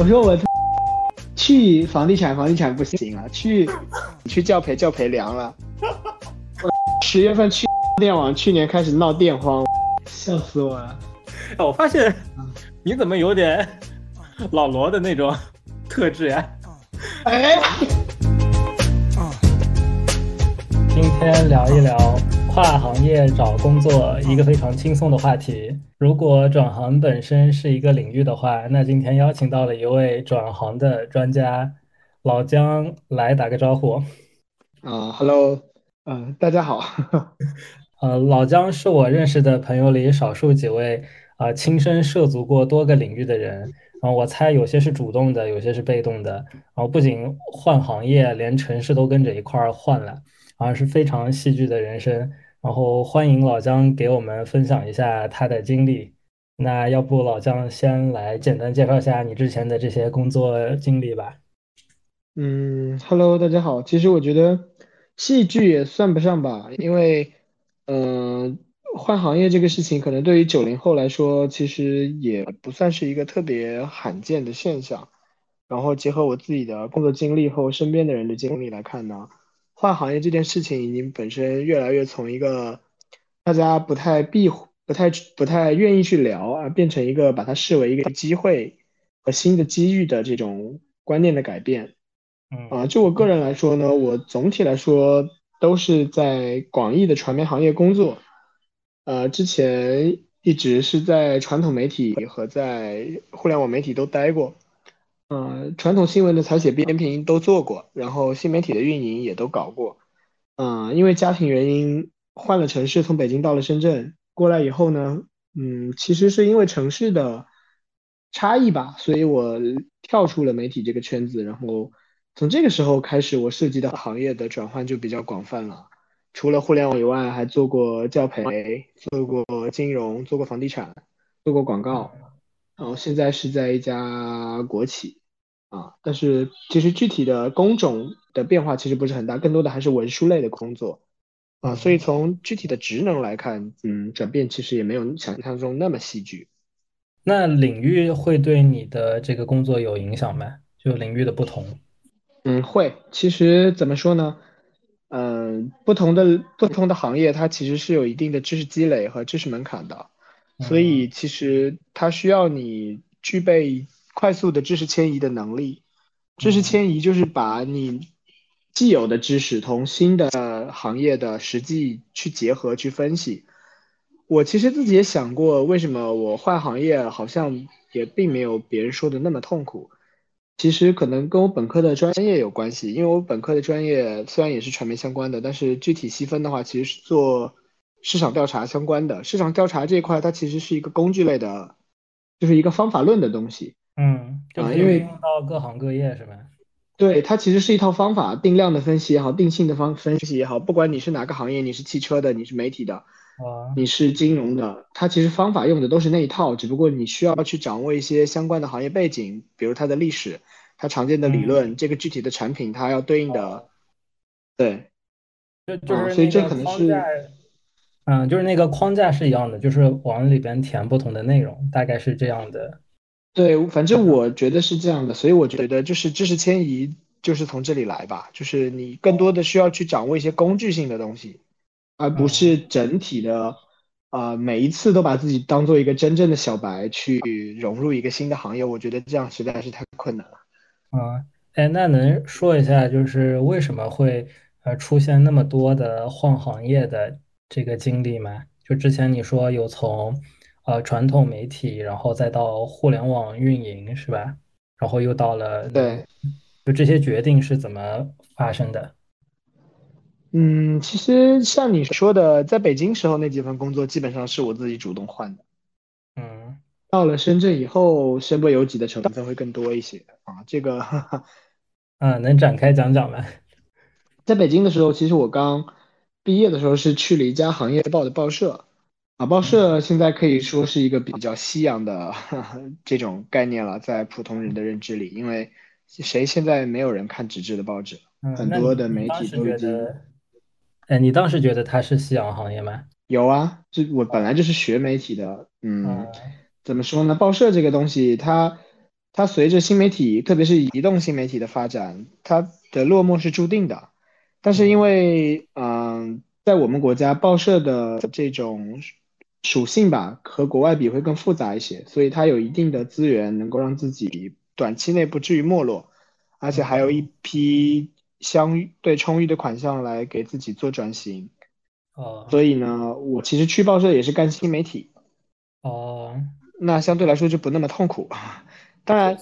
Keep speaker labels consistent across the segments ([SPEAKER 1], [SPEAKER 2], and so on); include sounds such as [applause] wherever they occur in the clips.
[SPEAKER 1] 我说我去房地产，房地产不行了，去去教培，教培凉 [laughs] 了。十月份去电网，去年开始闹电荒，笑死我了。嗯
[SPEAKER 2] 哎我发现你怎么有点老罗的那种特质呀？
[SPEAKER 1] 哎，
[SPEAKER 3] 今天聊一聊跨行业找工作一个非常轻松的话题。如果转行本身是一个领域的话，那今天邀请到了一位转行的专家老姜来打个招呼。
[SPEAKER 1] 啊，Hello，嗯，大家好。
[SPEAKER 3] 呃，老姜是我认识的朋友里少数几位啊、呃亲身涉足过多个领域的人。然后我猜有些是主动的，有些是被动的。然后不仅换行业，连城市都跟着一块儿换了，啊，是非常戏剧的人生。然后欢迎老姜给我们分享一下他的经历。那要不老姜先来简单介绍一下你之前的这些工作经历吧？
[SPEAKER 1] 嗯，Hello，大家好。其实我觉得戏剧也算不上吧，因为，嗯、换行业这个事情，可能对于九零后来说，其实也不算是一个特别罕见的现象。然后结合我自己的工作经历和身边的人的经历来看呢，换行业这件事情已经本身越来越从一个大家不太避讳、不太不太愿意去聊啊，变成一个把它视为一个机会和新的机遇的这种观念的改变。
[SPEAKER 3] 嗯
[SPEAKER 1] 啊，就我个人来说呢，我总体来说都是在广义的传媒行业工作。呃，之前一直是在传统媒体和在互联网媒体都待过，呃，传统新闻的采写、编评都做过，然后新媒体的运营也都搞过。嗯、因为家庭原因换了城市，从北京到了深圳，过来以后呢，嗯，其实是因为城市的差异吧，所以我跳出了媒体这个圈子，然后从这个时候开始，我涉及的行业的转换就比较广泛了。除了互联网以外，还做过教培，做过金融，做过房地产，做过广告，然后现在是在一家国企啊。但是其实具体的工种的变化其实不是很大，更多的还是文书类的工作啊。所以从具体的职能来看，嗯，转变其实也没有想象中那么戏剧。
[SPEAKER 3] 那领域会对你的这个工作有影响吗？就领域的不同。
[SPEAKER 1] 嗯，会。其实怎么说呢？嗯，不同的不同的行业，它其实是有一定的知识积累和知识门槛的，
[SPEAKER 3] 嗯
[SPEAKER 1] 所以其实它需要你具备快速的知识迁移的能力。知识迁移就是把你既有的知识同新的行业的实际去结合去分析。我其实自己也想过，为什么我换行业好像也并没有别人说的那么痛苦。其实可能跟我本科的专业有关系，因为我本科的专业虽然也是传媒相关的，但是具体细分的话，其实是做市场调查相关的。市场调查这一块，它其实是一个工具类的，就是一个方法论的东西。
[SPEAKER 3] 嗯，就
[SPEAKER 1] 啊
[SPEAKER 3] 可
[SPEAKER 1] 因
[SPEAKER 3] 以
[SPEAKER 1] 为
[SPEAKER 3] 应用到各行各业是吧？
[SPEAKER 1] 对，它其实是一套方法，定量的分析也好，定性的方分析也好，不管你是哪个行业，你是汽车的，你是媒体的，
[SPEAKER 3] 啊，
[SPEAKER 1] 你是金融的，它其实方法用的都是那一套，只不过你需要去掌握一些相关的行业背景，比如它的历史、它常见的理
[SPEAKER 3] 嗯
[SPEAKER 1] 论、这个具体的产品它要对应的，对，
[SPEAKER 3] 哦就就
[SPEAKER 1] 啊
[SPEAKER 3] 是
[SPEAKER 1] 所以
[SPEAKER 3] 那
[SPEAKER 1] 这
[SPEAKER 3] 个
[SPEAKER 1] 可能
[SPEAKER 3] 框
[SPEAKER 1] 是
[SPEAKER 3] 架，嗯，就是那个框架是一样的，就是往里边填不同的内容，大概是这样的。
[SPEAKER 1] 对，反正我觉得是这样的，所以我觉得就是知识迁移就是从这里来吧，就是你更多的需要去掌握一些工具性的东西，而不是整体的，呃，每一次都把自己当做一个真正的小白去融入一个新的行业，我觉得这样实在是太困难了。
[SPEAKER 3] 嗯，哎，那能说一下，就是为什么会呃出现那么多的换行业的这个经历吗？就之前你说有从呃传统媒体，然后再到互联网运营，是吧？然后又到了那
[SPEAKER 1] 对。
[SPEAKER 3] 就这些决定是怎么发生的？
[SPEAKER 1] 嗯，其实像你说的，在北京时候那几份工作基本上是我自己主动换的。
[SPEAKER 3] 嗯。
[SPEAKER 1] 到了深圳以后，身不由己的成分会更多一些啊。这个 [laughs]
[SPEAKER 3] 啊，能展开讲讲吗？
[SPEAKER 1] 在北京的时候，其实我刚毕业的时候是去了一家行业报的报社啊。报社现在可以说是一个比较西洋的 [laughs] 这种概念了，在普通人的认知里，因为谁现在没有人看纸质的报纸了？
[SPEAKER 3] 嗯，
[SPEAKER 1] 很
[SPEAKER 3] 那
[SPEAKER 1] 多
[SPEAKER 3] 你
[SPEAKER 1] 的
[SPEAKER 3] 你
[SPEAKER 1] 媒
[SPEAKER 3] 当
[SPEAKER 1] 体
[SPEAKER 3] 时
[SPEAKER 1] 都已
[SPEAKER 3] 觉
[SPEAKER 1] 经
[SPEAKER 3] 得，哎，你当时觉得它是夕阳行业吗？
[SPEAKER 1] 有啊，这我本来就是学媒体的，嗯。
[SPEAKER 3] 嗯
[SPEAKER 1] 怎么说呢？报社这个东西，它它随着新媒体，特别是移动新媒体的发展，它的落幕是注定的。但是因为，嗯、在我们国家报社的这种属性吧，和国外比会更复杂一些，所以它有一定的资源能够让自己短期内不至于没落，而且还有一批相对充裕的款项来给自己做转型。
[SPEAKER 3] 哦
[SPEAKER 1] 所以呢，我其实去报社也是干新媒体，
[SPEAKER 3] 哦，
[SPEAKER 1] 那相对来说就不那么痛苦。当然，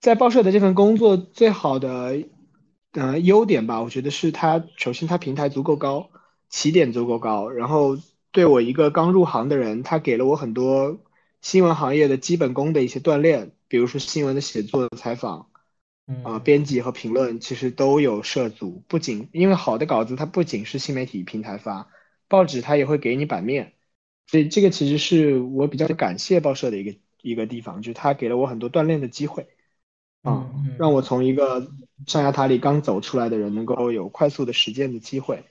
[SPEAKER 1] 在报社的这份工作最好的呃优点吧，我觉得是它首先它平台足够高，起点足够高，然后对我一个刚入行的人，它给了我很多新闻行业的基本功的一些锻炼，比如说新闻的写作、采访
[SPEAKER 3] 嗯
[SPEAKER 1] 啊、编辑和评论，其实都有涉足。不仅因为好的稿子，它不仅是新媒体平台发，报纸它也会给你版面。所以这个其实是我比较感谢报社的一个一个地方，就是它给了我很多锻炼的机会，啊，
[SPEAKER 3] 嗯嗯
[SPEAKER 1] 让我从一个象牙塔里刚走出来的人，能够有快速的实践的机会。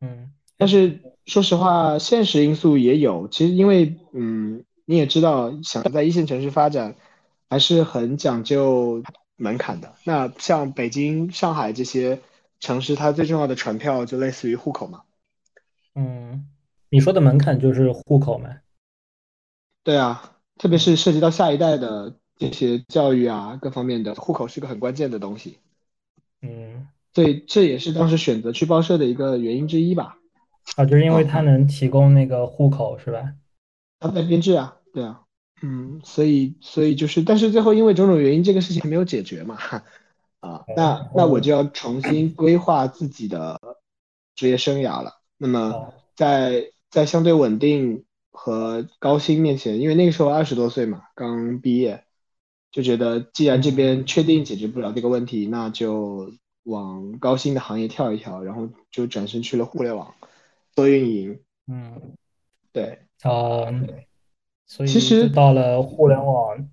[SPEAKER 3] 嗯
[SPEAKER 1] 但是说实话，现实因素也有。其实因为，嗯，你也知道，想在一线城市发展，还是很讲究门槛的。那像北京、上海这些城市，它最重要的传票就类似于户口嘛。
[SPEAKER 3] 嗯，你说的门槛就是户口嘛？
[SPEAKER 1] 对啊，特别是涉及到下一代的这些教育啊，各方面的，户口是个很关键的东西。
[SPEAKER 3] 嗯，
[SPEAKER 1] 所以这也是当时选择去报社的一个原因之一吧。
[SPEAKER 3] 啊，就是因为它能提供那个户口是吧？
[SPEAKER 1] 他在编制啊，对啊，嗯，所以所以就是，但是最后因为种种原因，这个事情没有解决嘛，啊，那那我就要重新规划自己的职业生涯了。那么
[SPEAKER 3] 哦，
[SPEAKER 1] 在在相对稳定和高薪面前，因为那个时候二十多岁嘛，刚毕业，就觉得既然这边确定解决不了这个问题，那就往高薪的行业跳一跳，然后就转身去了互联网做运营，
[SPEAKER 3] 嗯，
[SPEAKER 1] 对。
[SPEAKER 3] 啊，所以
[SPEAKER 1] 其实
[SPEAKER 3] 就到了互联网，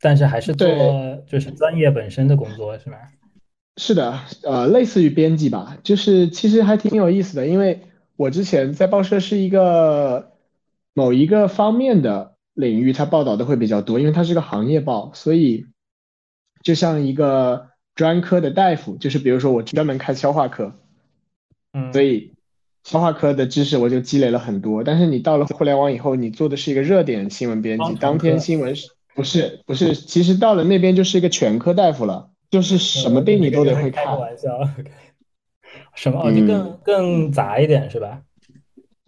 [SPEAKER 3] 但是还是做
[SPEAKER 1] 对
[SPEAKER 3] 就是专业本身的工作是吗？
[SPEAKER 1] 是的，呃，类似于编辑吧，就是其实还挺有意思的，因为我之前在报社是一个某一个方面的领域，它报道的会比较多，因为它是个行业报，所以就像一个专科的大夫，就是比如说我专门看消化科，
[SPEAKER 3] 嗯，
[SPEAKER 1] 所以消化科的知识我就积累了很多。但是你到了互联网以后，你做的是一个热点新闻编
[SPEAKER 3] 方
[SPEAKER 1] 辑，
[SPEAKER 3] 程
[SPEAKER 1] 当
[SPEAKER 3] 科
[SPEAKER 1] 天新闻是不是不是？其实到了那边就是一个全科大夫了，就是什么病你都得会
[SPEAKER 3] 开
[SPEAKER 1] 看
[SPEAKER 3] 个。玩笑，什么哦，就更更杂一点是吧？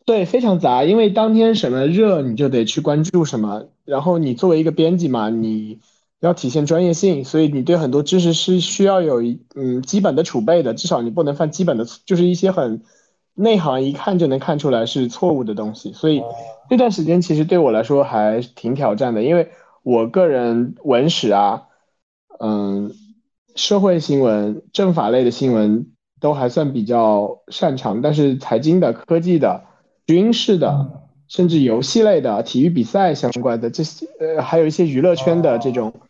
[SPEAKER 1] 对，非常杂，因为当天什么热，你就得去关注什么。然后你作为一个编辑嘛，你要体现专业性，所以你对很多知识是需要有一嗯基本的储备的，至少你不能犯基本的，就是一些很内行一看就能看出来是错误的东西。所以
[SPEAKER 3] 哦
[SPEAKER 1] 这段时间其实对我来说还挺挑战的，因为我个人文史啊，嗯，社会新闻、政法类的新闻都还算比较擅长，但是财经的、科技的、军事
[SPEAKER 3] 嗯
[SPEAKER 1] 的，
[SPEAKER 3] 哦
[SPEAKER 1] 甚至游戏类的、体育比赛相关的这些，呃，还有一些娱乐圈的这种，
[SPEAKER 3] 哦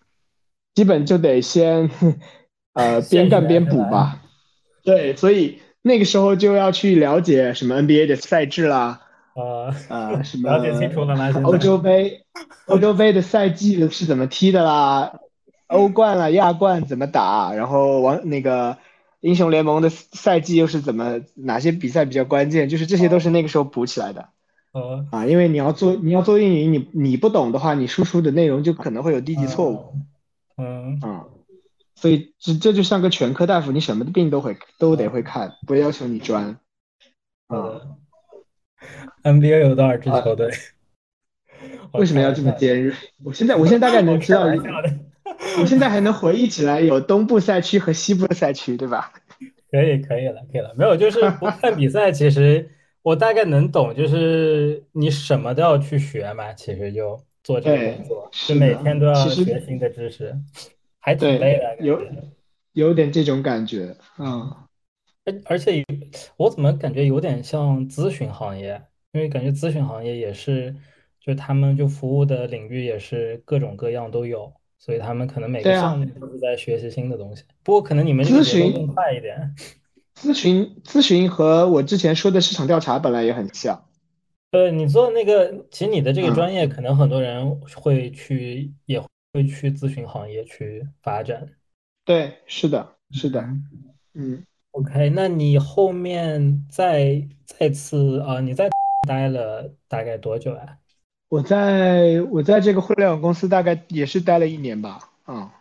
[SPEAKER 1] 基本就得先， [laughs]
[SPEAKER 3] [laughs]
[SPEAKER 1] 呃，边干边补吧。对，所以那个时候就要去了解什么 NBA 的赛制啦，
[SPEAKER 3] [laughs] 呃，
[SPEAKER 1] 呃，什么
[SPEAKER 3] 了解清楚了吗？现在
[SPEAKER 1] 欧洲杯，欧洲杯的赛季是怎么踢的啦？欧冠啦、亚冠怎么打？然后王那个英雄联盟的赛季又是怎么？哪些比赛比较关键？就是这些都是那个时候补起来的
[SPEAKER 3] 呃，
[SPEAKER 1] 啊，因为你要做你要做运营，你你不懂的话，你输出的内容就可能会有低级错误
[SPEAKER 3] 嗯，
[SPEAKER 1] 啊。所以这这就像个全科大夫，你什么病都会都得会看，不要求你专
[SPEAKER 3] 好
[SPEAKER 1] 啊。
[SPEAKER 3] 的。NBA 有多少支球队？我
[SPEAKER 1] 啊为什么要这么尖锐？我现在我现在大概能知道
[SPEAKER 3] 啊哦开
[SPEAKER 1] 一
[SPEAKER 3] 玩笑的，
[SPEAKER 1] 我现在还能回忆起来有东部赛区和西部赛区，对吧？
[SPEAKER 3] 可以可以了，可以了。没有，就是
[SPEAKER 1] [laughs]
[SPEAKER 3] 不看比赛，其实我大概能懂，就是你什么都要去学嘛，其实就做这个
[SPEAKER 1] 对
[SPEAKER 3] 工作，
[SPEAKER 1] 是
[SPEAKER 3] 就每
[SPEAKER 1] 的
[SPEAKER 3] 天都要
[SPEAKER 1] 其实
[SPEAKER 3] 学新的知识，还挺
[SPEAKER 1] 对
[SPEAKER 3] 累的感
[SPEAKER 1] 有
[SPEAKER 3] 觉。
[SPEAKER 1] 有点这种感觉，嗯，
[SPEAKER 3] 而且我怎么感觉有点像咨询行业？因为感觉咨询行业也是，就是他们就服务的领域也是各种各样都有，所以他们可能每个
[SPEAKER 1] 对啊
[SPEAKER 3] 项目都是在学习新的东西。不过可能你们这个
[SPEAKER 1] 咨
[SPEAKER 3] 节奏
[SPEAKER 1] 询
[SPEAKER 3] 更快一点。
[SPEAKER 1] 咨询咨询和我之前说的市场调查本来也很像，
[SPEAKER 3] 呃对，你做那个，其实你的这个
[SPEAKER 1] 嗯
[SPEAKER 3] 专业，可能很多人会去，也会去咨询行业去发展。
[SPEAKER 1] 对，是的，是的，嗯，
[SPEAKER 3] OK，那你后面再再次啊、呃你在待了大概多久啊？
[SPEAKER 1] 我在我在这个互联网公司大概也是待了一年吧，啊、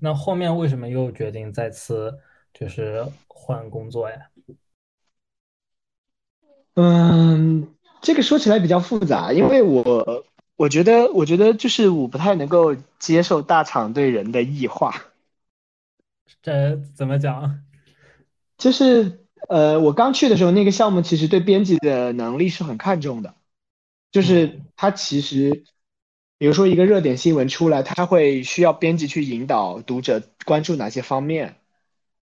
[SPEAKER 3] 那后面为什么又决定再次就是换工作呀？
[SPEAKER 1] 嗯，嗯，这个说起来比较复杂，因为我我觉得我觉得就是我不太能够接受大厂对人的异化。
[SPEAKER 3] 这怎么讲？
[SPEAKER 1] 就是呃，我刚去的时候，那个项目其实对编辑的能力是很看重的，就是它其实，比如说一个热点新闻出来，它会需要编辑去引导读者关注哪些方面，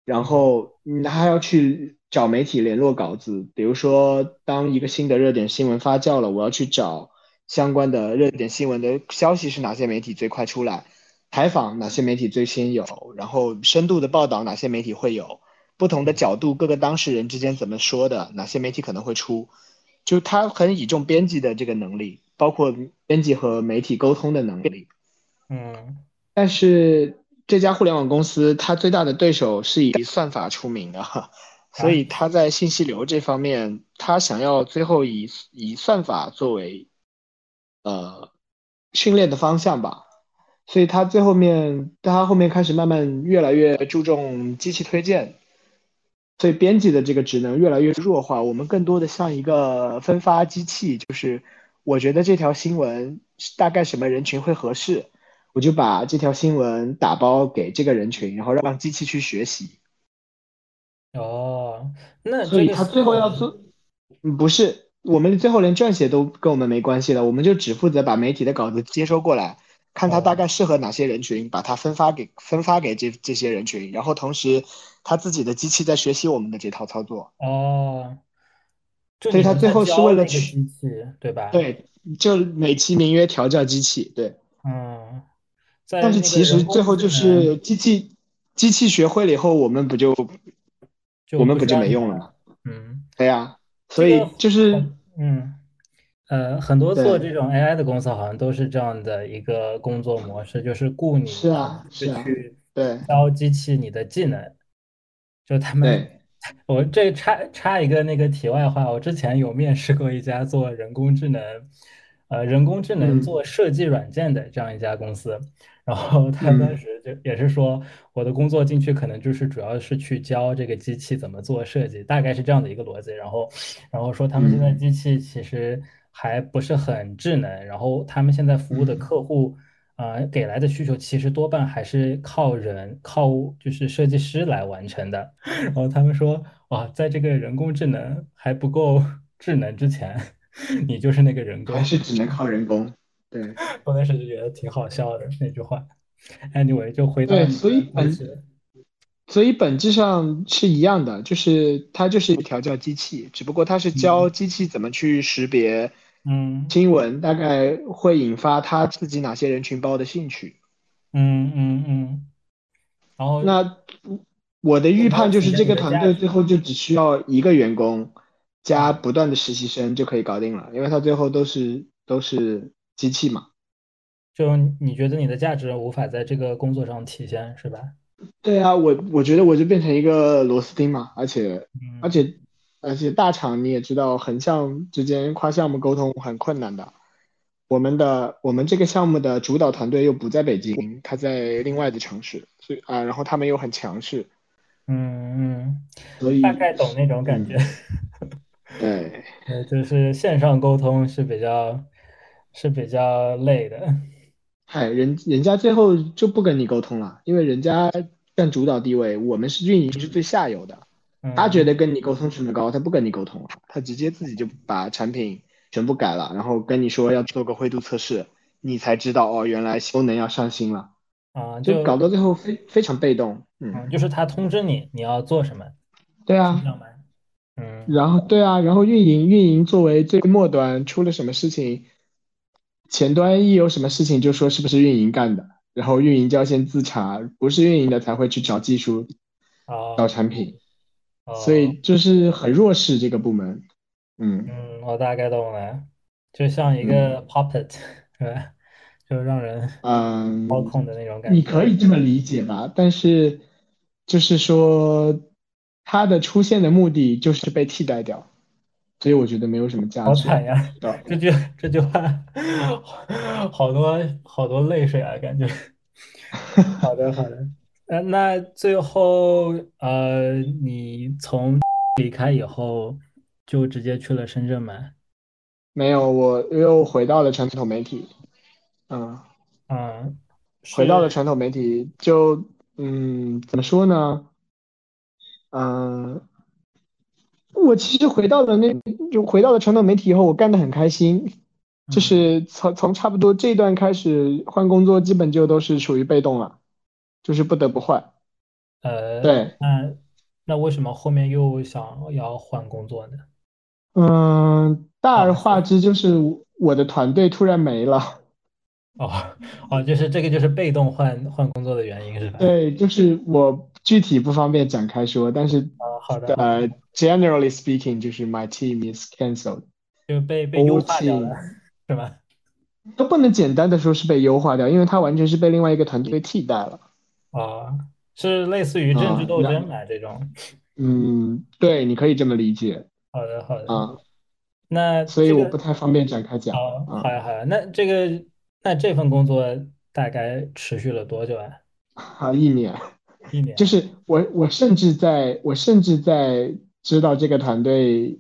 [SPEAKER 1] 然后嗯，他还要去找媒体联络稿子，比如说当一个新的热点新闻发酵了，我要去找相关的热点新闻的消息是哪些媒体最快出来，采访哪些媒体最先有，然后深度的报道哪些媒体会有。不同的角度，各个当事人之间怎么说的，哪些媒体可能会出，就他很倚重编辑的这个能力，包括编辑和媒体沟通的能力。
[SPEAKER 3] 嗯
[SPEAKER 1] 但是这家互联网公司，它最大的对手是以算法出名的，所以它在信息流这方面，它想要最后以以算法作为呃训练的方向吧。所以它最后面，它后面开始慢慢越来越注重机器推荐，所以编辑的这个职能越来越弱化，我们更多的像一个分发机器，就是我觉得这条新闻是大概什么人群会合适，我就把这条新闻打包给这个人群，然后让机器去学习。
[SPEAKER 3] 哦，那
[SPEAKER 1] 所以
[SPEAKER 3] 这个
[SPEAKER 1] 他最后要
[SPEAKER 3] 算
[SPEAKER 1] 做，嗯不是，我们最后连撰写都跟我们没关系了，我们就只负责把媒体的稿子接收过来，看它大概适合哪些人群，把它分发给分发给这这些人群，然后同时他自己的机器在学习我们的这套操作。
[SPEAKER 3] 哦，就
[SPEAKER 1] 所以
[SPEAKER 3] 你
[SPEAKER 1] 它
[SPEAKER 3] 不
[SPEAKER 1] 最
[SPEAKER 3] 再
[SPEAKER 1] 后是
[SPEAKER 3] 教
[SPEAKER 1] 为
[SPEAKER 3] 那
[SPEAKER 1] 了
[SPEAKER 3] 个
[SPEAKER 1] 去
[SPEAKER 3] 机器，对吧？
[SPEAKER 1] 对，就美其名曰调教机器，对，
[SPEAKER 3] 嗯，在
[SPEAKER 1] 但是
[SPEAKER 3] 那个
[SPEAKER 1] 其实
[SPEAKER 3] 人工
[SPEAKER 1] 最后
[SPEAKER 3] 智
[SPEAKER 1] 就
[SPEAKER 3] 能
[SPEAKER 1] 是机器机器学会了以后，我们不就
[SPEAKER 3] 就
[SPEAKER 1] 我们不
[SPEAKER 3] 不知
[SPEAKER 1] 就
[SPEAKER 3] 道
[SPEAKER 1] 没
[SPEAKER 3] 你
[SPEAKER 1] 用
[SPEAKER 3] 了
[SPEAKER 1] 了吗？
[SPEAKER 3] 嗯。
[SPEAKER 1] 对呀、所
[SPEAKER 3] 这
[SPEAKER 1] 以
[SPEAKER 3] 个
[SPEAKER 1] 就是
[SPEAKER 3] 嗯，呃，很多做
[SPEAKER 1] 对
[SPEAKER 3] 这种 AI 的公司好像都是这样的一个工作模式，就是雇你
[SPEAKER 1] 是
[SPEAKER 3] 啊，
[SPEAKER 1] 啊
[SPEAKER 3] 就是
[SPEAKER 1] 啊，
[SPEAKER 3] 去
[SPEAKER 1] 对
[SPEAKER 3] 教机器你的技能，就
[SPEAKER 1] 嗯
[SPEAKER 3] 他们。
[SPEAKER 1] 对，
[SPEAKER 3] 我这插插一个那个题外话，我之前有面试过一家做人工智能，呃，人工智能
[SPEAKER 1] 嗯
[SPEAKER 3] 做设计软件的这样一家公司，然后他当
[SPEAKER 1] 嗯
[SPEAKER 3] 时就也是说，我的工作进去可能就是主要是去教这个机器怎么做设计，大概是这样的一个逻辑。然后，然后说他们现在
[SPEAKER 1] 嗯
[SPEAKER 3] 机器其实还不是很智能，然后他们现在服务的
[SPEAKER 1] 嗯
[SPEAKER 3] 客户。呃，给来的需求其实多半还是靠人，靠就是设计师来完成的。然后他们说，啊，在这个人工智能还不够 [laughs] 智能之前， [laughs] 你就是那个人
[SPEAKER 1] 还
[SPEAKER 3] 工。
[SPEAKER 1] 是只能靠人工。对
[SPEAKER 3] 我当时就觉得挺好笑的那句话。Anyway，就回到
[SPEAKER 1] 对，
[SPEAKER 3] 你
[SPEAKER 1] 所以
[SPEAKER 3] 的故
[SPEAKER 1] 本
[SPEAKER 3] 事。
[SPEAKER 1] 所以本质上是一样的，就是它就是调教机器，只不过它是教
[SPEAKER 3] 嗯
[SPEAKER 1] 机器怎么去识别
[SPEAKER 3] 嗯
[SPEAKER 1] 新闻，大概会引发它自己哪些人群包的兴趣。
[SPEAKER 3] 嗯嗯嗯。然后
[SPEAKER 1] 那我的
[SPEAKER 3] 有
[SPEAKER 1] 预
[SPEAKER 3] 没有
[SPEAKER 1] 判就
[SPEAKER 3] 体
[SPEAKER 1] 是，
[SPEAKER 3] 现
[SPEAKER 1] 这
[SPEAKER 3] 你
[SPEAKER 1] 个
[SPEAKER 3] 的
[SPEAKER 1] 团
[SPEAKER 3] 价
[SPEAKER 1] 队
[SPEAKER 3] 值？
[SPEAKER 1] 最后就只需要一个员工加
[SPEAKER 3] 嗯
[SPEAKER 1] 不断的实习生就可以搞定了，因为它最后都是都是机器嘛。
[SPEAKER 3] 就你觉得你的价值无法在这个工作上体现，是吧？
[SPEAKER 1] 对啊，我我觉得我就变成一个螺丝钉嘛，而且而
[SPEAKER 3] 嗯
[SPEAKER 1] 且而且大厂你也知道，横向之间跨项目沟通很困难的。我们的我们这个项目的主导团队又不在北京，他在另外的城市，所以啊，然后他们又很强势，
[SPEAKER 3] 嗯嗯，
[SPEAKER 1] 所
[SPEAKER 3] 大
[SPEAKER 1] 以
[SPEAKER 3] 概懂那种感觉。
[SPEAKER 1] 嗯，对
[SPEAKER 3] 呃， [laughs] 就是线上沟通是比较是比较累的。
[SPEAKER 1] 嗨，哎人人家最后就不跟你沟通了，因为人家占主导地位，我们是运营是最下游的，他觉
[SPEAKER 3] 嗯
[SPEAKER 1] 得跟你沟通成本高，他不跟你沟通了，他直接自己就把产品全部改了，然后跟你说要做个灰度测试，你才知道哦，原来功能要上新了，
[SPEAKER 3] 啊，
[SPEAKER 1] 就搞
[SPEAKER 3] 就
[SPEAKER 1] 到最后非非常被动，嗯，
[SPEAKER 3] 嗯，就是他通知你你要做什么，
[SPEAKER 1] 对
[SPEAKER 3] 是
[SPEAKER 1] 啊，
[SPEAKER 3] 这样吗？嗯
[SPEAKER 1] 然后对啊，然后运营运营作为最末端出了什么事情，前端一有什么事情就说是不是运营干的，然后运营就要先自查，不是运营的才会去找技术、找
[SPEAKER 3] 哦
[SPEAKER 1] 产品，所
[SPEAKER 3] 哦，
[SPEAKER 1] 以就是很弱势这个部门。嗯
[SPEAKER 3] 嗯，我大概懂了，就像一
[SPEAKER 1] 嗯，
[SPEAKER 3] [laughs] 个 puppet，对吧？就让人
[SPEAKER 1] 嗯，
[SPEAKER 3] 操控的那种感
[SPEAKER 1] 你
[SPEAKER 3] 觉。
[SPEAKER 1] 可以这么理解吧，但是就是说它的出现的目的就是被替代掉，所以我觉得没有什么价
[SPEAKER 3] 好
[SPEAKER 1] 值。
[SPEAKER 3] 惨呀！
[SPEAKER 1] 对
[SPEAKER 3] 这句这句话，好多好多泪水啊，感觉。好的，好的。呃，那最后，呃，你从离开以后，就直接去了深圳吗？
[SPEAKER 1] 没有，我又回到了传统媒体，嗯，
[SPEAKER 3] 嗯，
[SPEAKER 1] 回到了
[SPEAKER 3] 是
[SPEAKER 1] 传统媒体，就嗯，怎么说呢？嗯、我其实回到了那，就回到了传统媒体以后，我干得很开心，就
[SPEAKER 3] 嗯
[SPEAKER 1] 是从从差不多这一段开始换工作，基本就都是属于被动了，就是不得不换。
[SPEAKER 3] 呃，
[SPEAKER 1] 对，
[SPEAKER 3] 那那为什么后面又想要换工作呢？
[SPEAKER 1] 嗯，大而
[SPEAKER 3] 啊
[SPEAKER 1] 化之就是我的团队突然没了， [laughs]
[SPEAKER 3] 哦哦，就是这个就是被动换换工作的原因是吧？
[SPEAKER 1] 对，就是我具体不方便展开说，但是
[SPEAKER 3] 啊，好的，
[SPEAKER 1] 呃，generally speaking，就是 my team is cancelled，
[SPEAKER 3] 就被被优
[SPEAKER 1] 欧
[SPEAKER 3] 化掉
[SPEAKER 1] 气
[SPEAKER 3] 了，是吗？
[SPEAKER 1] [laughs] 都不能简单的说是被优化掉，因为它完全是被另外一个团队替代了。
[SPEAKER 3] 啊，是类似于政治
[SPEAKER 1] 啊
[SPEAKER 3] 斗
[SPEAKER 1] 那
[SPEAKER 3] 争啊这种。
[SPEAKER 1] 嗯，对，你可以这么理解
[SPEAKER 3] 好的，好的。
[SPEAKER 1] 啊，
[SPEAKER 3] 那
[SPEAKER 1] 所以
[SPEAKER 3] 这
[SPEAKER 1] 我
[SPEAKER 3] 个
[SPEAKER 1] 不太方便展开讲
[SPEAKER 3] 好，
[SPEAKER 1] 啊。
[SPEAKER 3] 好呀，好呀。那这个，那这份工作大概持续了多久啊？
[SPEAKER 1] 啊，一年，
[SPEAKER 3] 一年。
[SPEAKER 1] 就是我，我甚至在我甚至在知道这个团队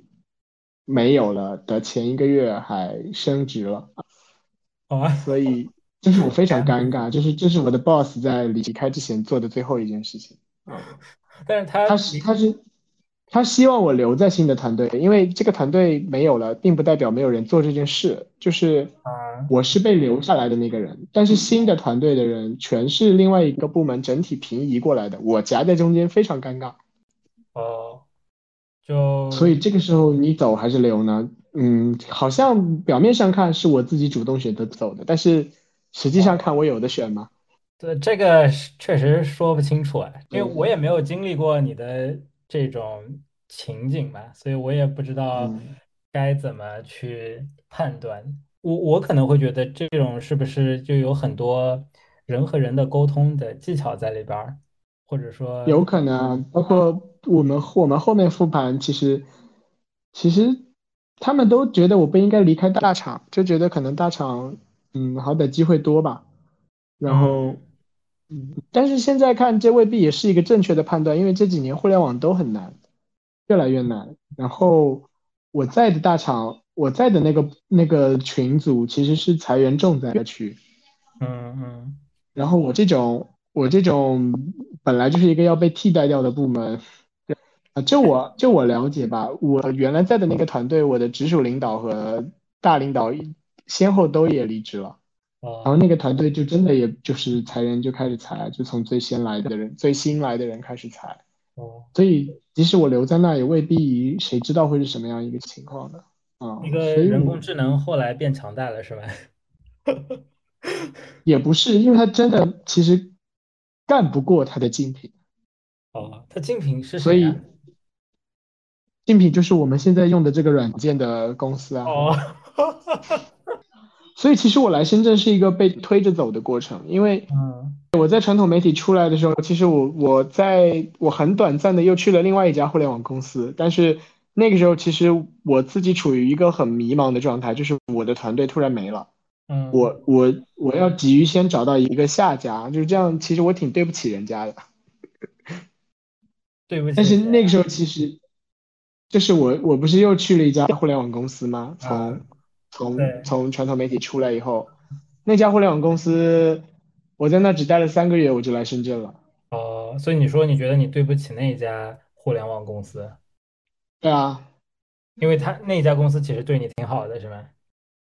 [SPEAKER 1] 没有了的前一个月还升职了，
[SPEAKER 3] 好啊，
[SPEAKER 1] 所以就是我非常尴尬，就是这是我的 boss 在离开之前做的最后一件事情。
[SPEAKER 3] 但是他
[SPEAKER 1] 他是他是他希望我留在新的团队，因为这个团队没有了，并不代表没有人做这件事，就是
[SPEAKER 3] 啊，
[SPEAKER 1] 我是被留下来的那个人，但是新的团队的人全是另外一个部门整体平移过来的，我夹在中间非常尴尬。
[SPEAKER 3] 哦，就
[SPEAKER 1] 所以这个时候你走还是留呢？嗯，好像表面上看是我自己主动选择走的，但是实际上看我有的选吗？
[SPEAKER 3] 对这个是确实说不清楚啊，因为
[SPEAKER 1] 对
[SPEAKER 3] 我也没有经历过你的这种情景嘛，所以我也不知道
[SPEAKER 1] 嗯
[SPEAKER 3] 该怎么去判断。我我可能会觉得这种是不是就有很多人和人的沟通的技巧在里边儿，或者说
[SPEAKER 1] 有可能，啊包括我们我们后面复盘，其实其实他们都觉得我不应该离开大厂，就觉得可能大厂嗯好歹机会多吧，然后嗯，但是现在看这未必也是一个正确的判断，因为这几年互联网都很难，越来越难。然后我在的大厂，我在的那个那个群组其实是裁员重灾区。
[SPEAKER 3] 嗯嗯
[SPEAKER 1] 然后我这种我这种本来就是一个要被替代掉的部门，啊，就我就我了解吧，我原来在的那个团队，我的直属领导和大领导一先后都也离职了，然后
[SPEAKER 3] 哦
[SPEAKER 1] 那个团队就真的也就是裁人就开始裁，就从最先来的人最新来的人开始裁，
[SPEAKER 3] 哦，
[SPEAKER 1] 所以即使我留在那，也未必谁知道会是什么样一个情况的啊，
[SPEAKER 3] 那个
[SPEAKER 1] 所以
[SPEAKER 3] 人
[SPEAKER 1] 我
[SPEAKER 3] 工智能后来变强大了是吧？ [laughs]
[SPEAKER 1] 也不是，因为他真的其实干不过他的竞品。
[SPEAKER 3] 哦，它竞品是
[SPEAKER 1] 所
[SPEAKER 3] 谁
[SPEAKER 1] 以
[SPEAKER 3] 呀？
[SPEAKER 1] 竞品就是我们现在用的这个软件的公司啊。
[SPEAKER 3] 哦，
[SPEAKER 1] 所以其实我来深圳是一个被推着走的过程，因为
[SPEAKER 3] 嗯
[SPEAKER 1] 我在传统媒体出来的时候，其实我我在我很短暂的又去了另外一家互联网公司，但是那个时候其实我自己处于一个很迷茫的状态，就是我的团队突然没了，
[SPEAKER 3] 嗯，
[SPEAKER 1] 我我我要急于先找到一个下家，就是这样，其实我挺对不起人家的。
[SPEAKER 3] 对不起
[SPEAKER 1] 但是
[SPEAKER 3] 谁
[SPEAKER 1] 那
[SPEAKER 3] 啊
[SPEAKER 1] 个时候其实，就是我我不是又去了一家互联网公司吗？从
[SPEAKER 3] 啊
[SPEAKER 1] 从
[SPEAKER 3] 对
[SPEAKER 1] 从传统媒体出来以后，那家互联网公司，我在那只待了三个月，我就来深圳了。
[SPEAKER 3] 哦，所以你说你觉得你对不起那一家互联网公司，
[SPEAKER 1] 对啊，
[SPEAKER 3] 因为他那家公司其实对你挺好的，是吧？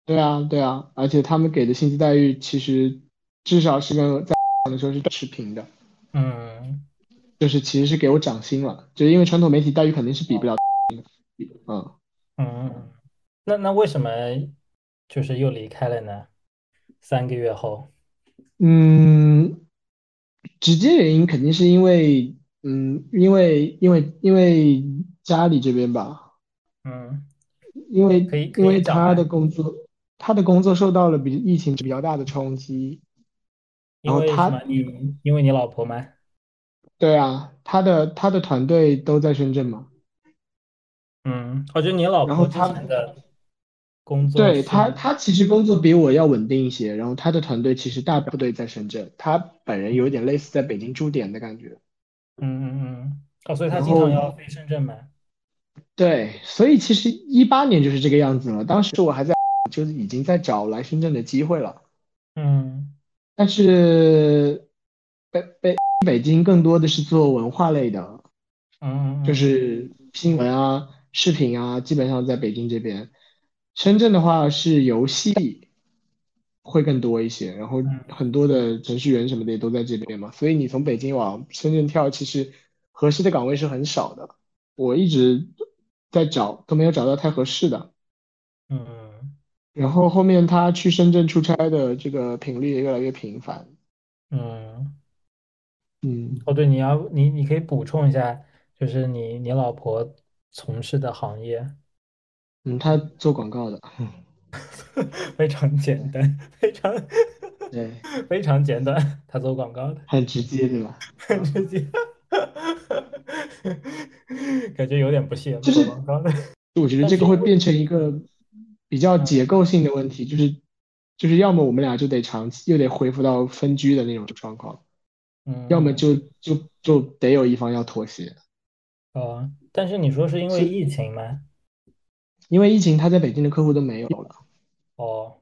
[SPEAKER 1] 对啊，对啊，而且他们给的薪资待遇其实至少是跟我在的时候是持平的，
[SPEAKER 3] 嗯，
[SPEAKER 1] 就是其实是给我涨薪了，就是因为传统媒体待遇肯定是比
[SPEAKER 3] 哦
[SPEAKER 1] 不了的，嗯。
[SPEAKER 3] 嗯，那那为什么就是又离开了呢？三个月后，
[SPEAKER 1] 嗯，直接原因肯定是因为，嗯，因为因为因为家里这边吧，
[SPEAKER 3] 嗯，
[SPEAKER 1] 因为
[SPEAKER 3] 可以可
[SPEAKER 1] 因为
[SPEAKER 3] 以讲
[SPEAKER 1] 他
[SPEAKER 3] 吗
[SPEAKER 1] 的工作，他的工作受到了比疫情比较大的冲击。
[SPEAKER 3] 因
[SPEAKER 1] 然后
[SPEAKER 3] 为什
[SPEAKER 1] 他
[SPEAKER 3] 么？你因为你老婆吗？
[SPEAKER 1] 对啊，他的他的团队都在深圳嘛。
[SPEAKER 3] 嗯，我觉得你老
[SPEAKER 1] 然后
[SPEAKER 3] 婆之
[SPEAKER 1] 他
[SPEAKER 3] 前的工作
[SPEAKER 1] 对
[SPEAKER 3] 是
[SPEAKER 1] 他，他其实工作比我要稳定一些，然后他的团队其实大部队在深圳，他本人有点类似在北京驻点的感觉。
[SPEAKER 3] 嗯嗯嗯，哦，所以他
[SPEAKER 1] 然
[SPEAKER 3] 经常
[SPEAKER 1] 后
[SPEAKER 3] 要飞深圳嘛。
[SPEAKER 1] 对，所以其实一八年就是这个样子了。当时我还在，就是已经在找来深圳的机会了，
[SPEAKER 3] 嗯
[SPEAKER 1] 但是北北北京更多的是做文化类的，
[SPEAKER 3] 嗯嗯，
[SPEAKER 1] 就
[SPEAKER 3] 嗯
[SPEAKER 1] 是新闻啊、视频啊，基本上在北京这边。深圳的话是游戏会更多一些，然后
[SPEAKER 3] 嗯
[SPEAKER 1] 很多的程序员什么的也都在这边嘛，所以你从北京往深圳跳，其实合适的岗位是很少的。我一直在找，都没有找到太合适的。
[SPEAKER 3] 嗯嗯
[SPEAKER 1] 然后后面他去深圳出差的这个频率也越来越频繁。
[SPEAKER 3] 嗯。
[SPEAKER 1] 嗯，
[SPEAKER 3] 哦，对，你要你你可以补充一下，就是你你老婆从事的行业
[SPEAKER 1] 嗯，他做广告的， [laughs]
[SPEAKER 3] 非常简单，非常
[SPEAKER 1] 对，
[SPEAKER 3] 非常简短，她做广告的，
[SPEAKER 1] 很直接，对吧？
[SPEAKER 3] 很直接，感觉有点不屑
[SPEAKER 1] 就
[SPEAKER 3] 做
[SPEAKER 1] 是
[SPEAKER 3] 广告的。
[SPEAKER 1] 我觉得这个会变成一个比较结构性的问题，就是就是要么我们俩就得长期又得恢复到分居的那种状况，要么
[SPEAKER 3] 嗯，
[SPEAKER 1] 就就就得有一方要妥协，
[SPEAKER 3] 哦，但是你说是因为
[SPEAKER 1] 是
[SPEAKER 3] 疫情吗？
[SPEAKER 1] 因为疫情他在北京的客户都没有了，
[SPEAKER 3] 哦，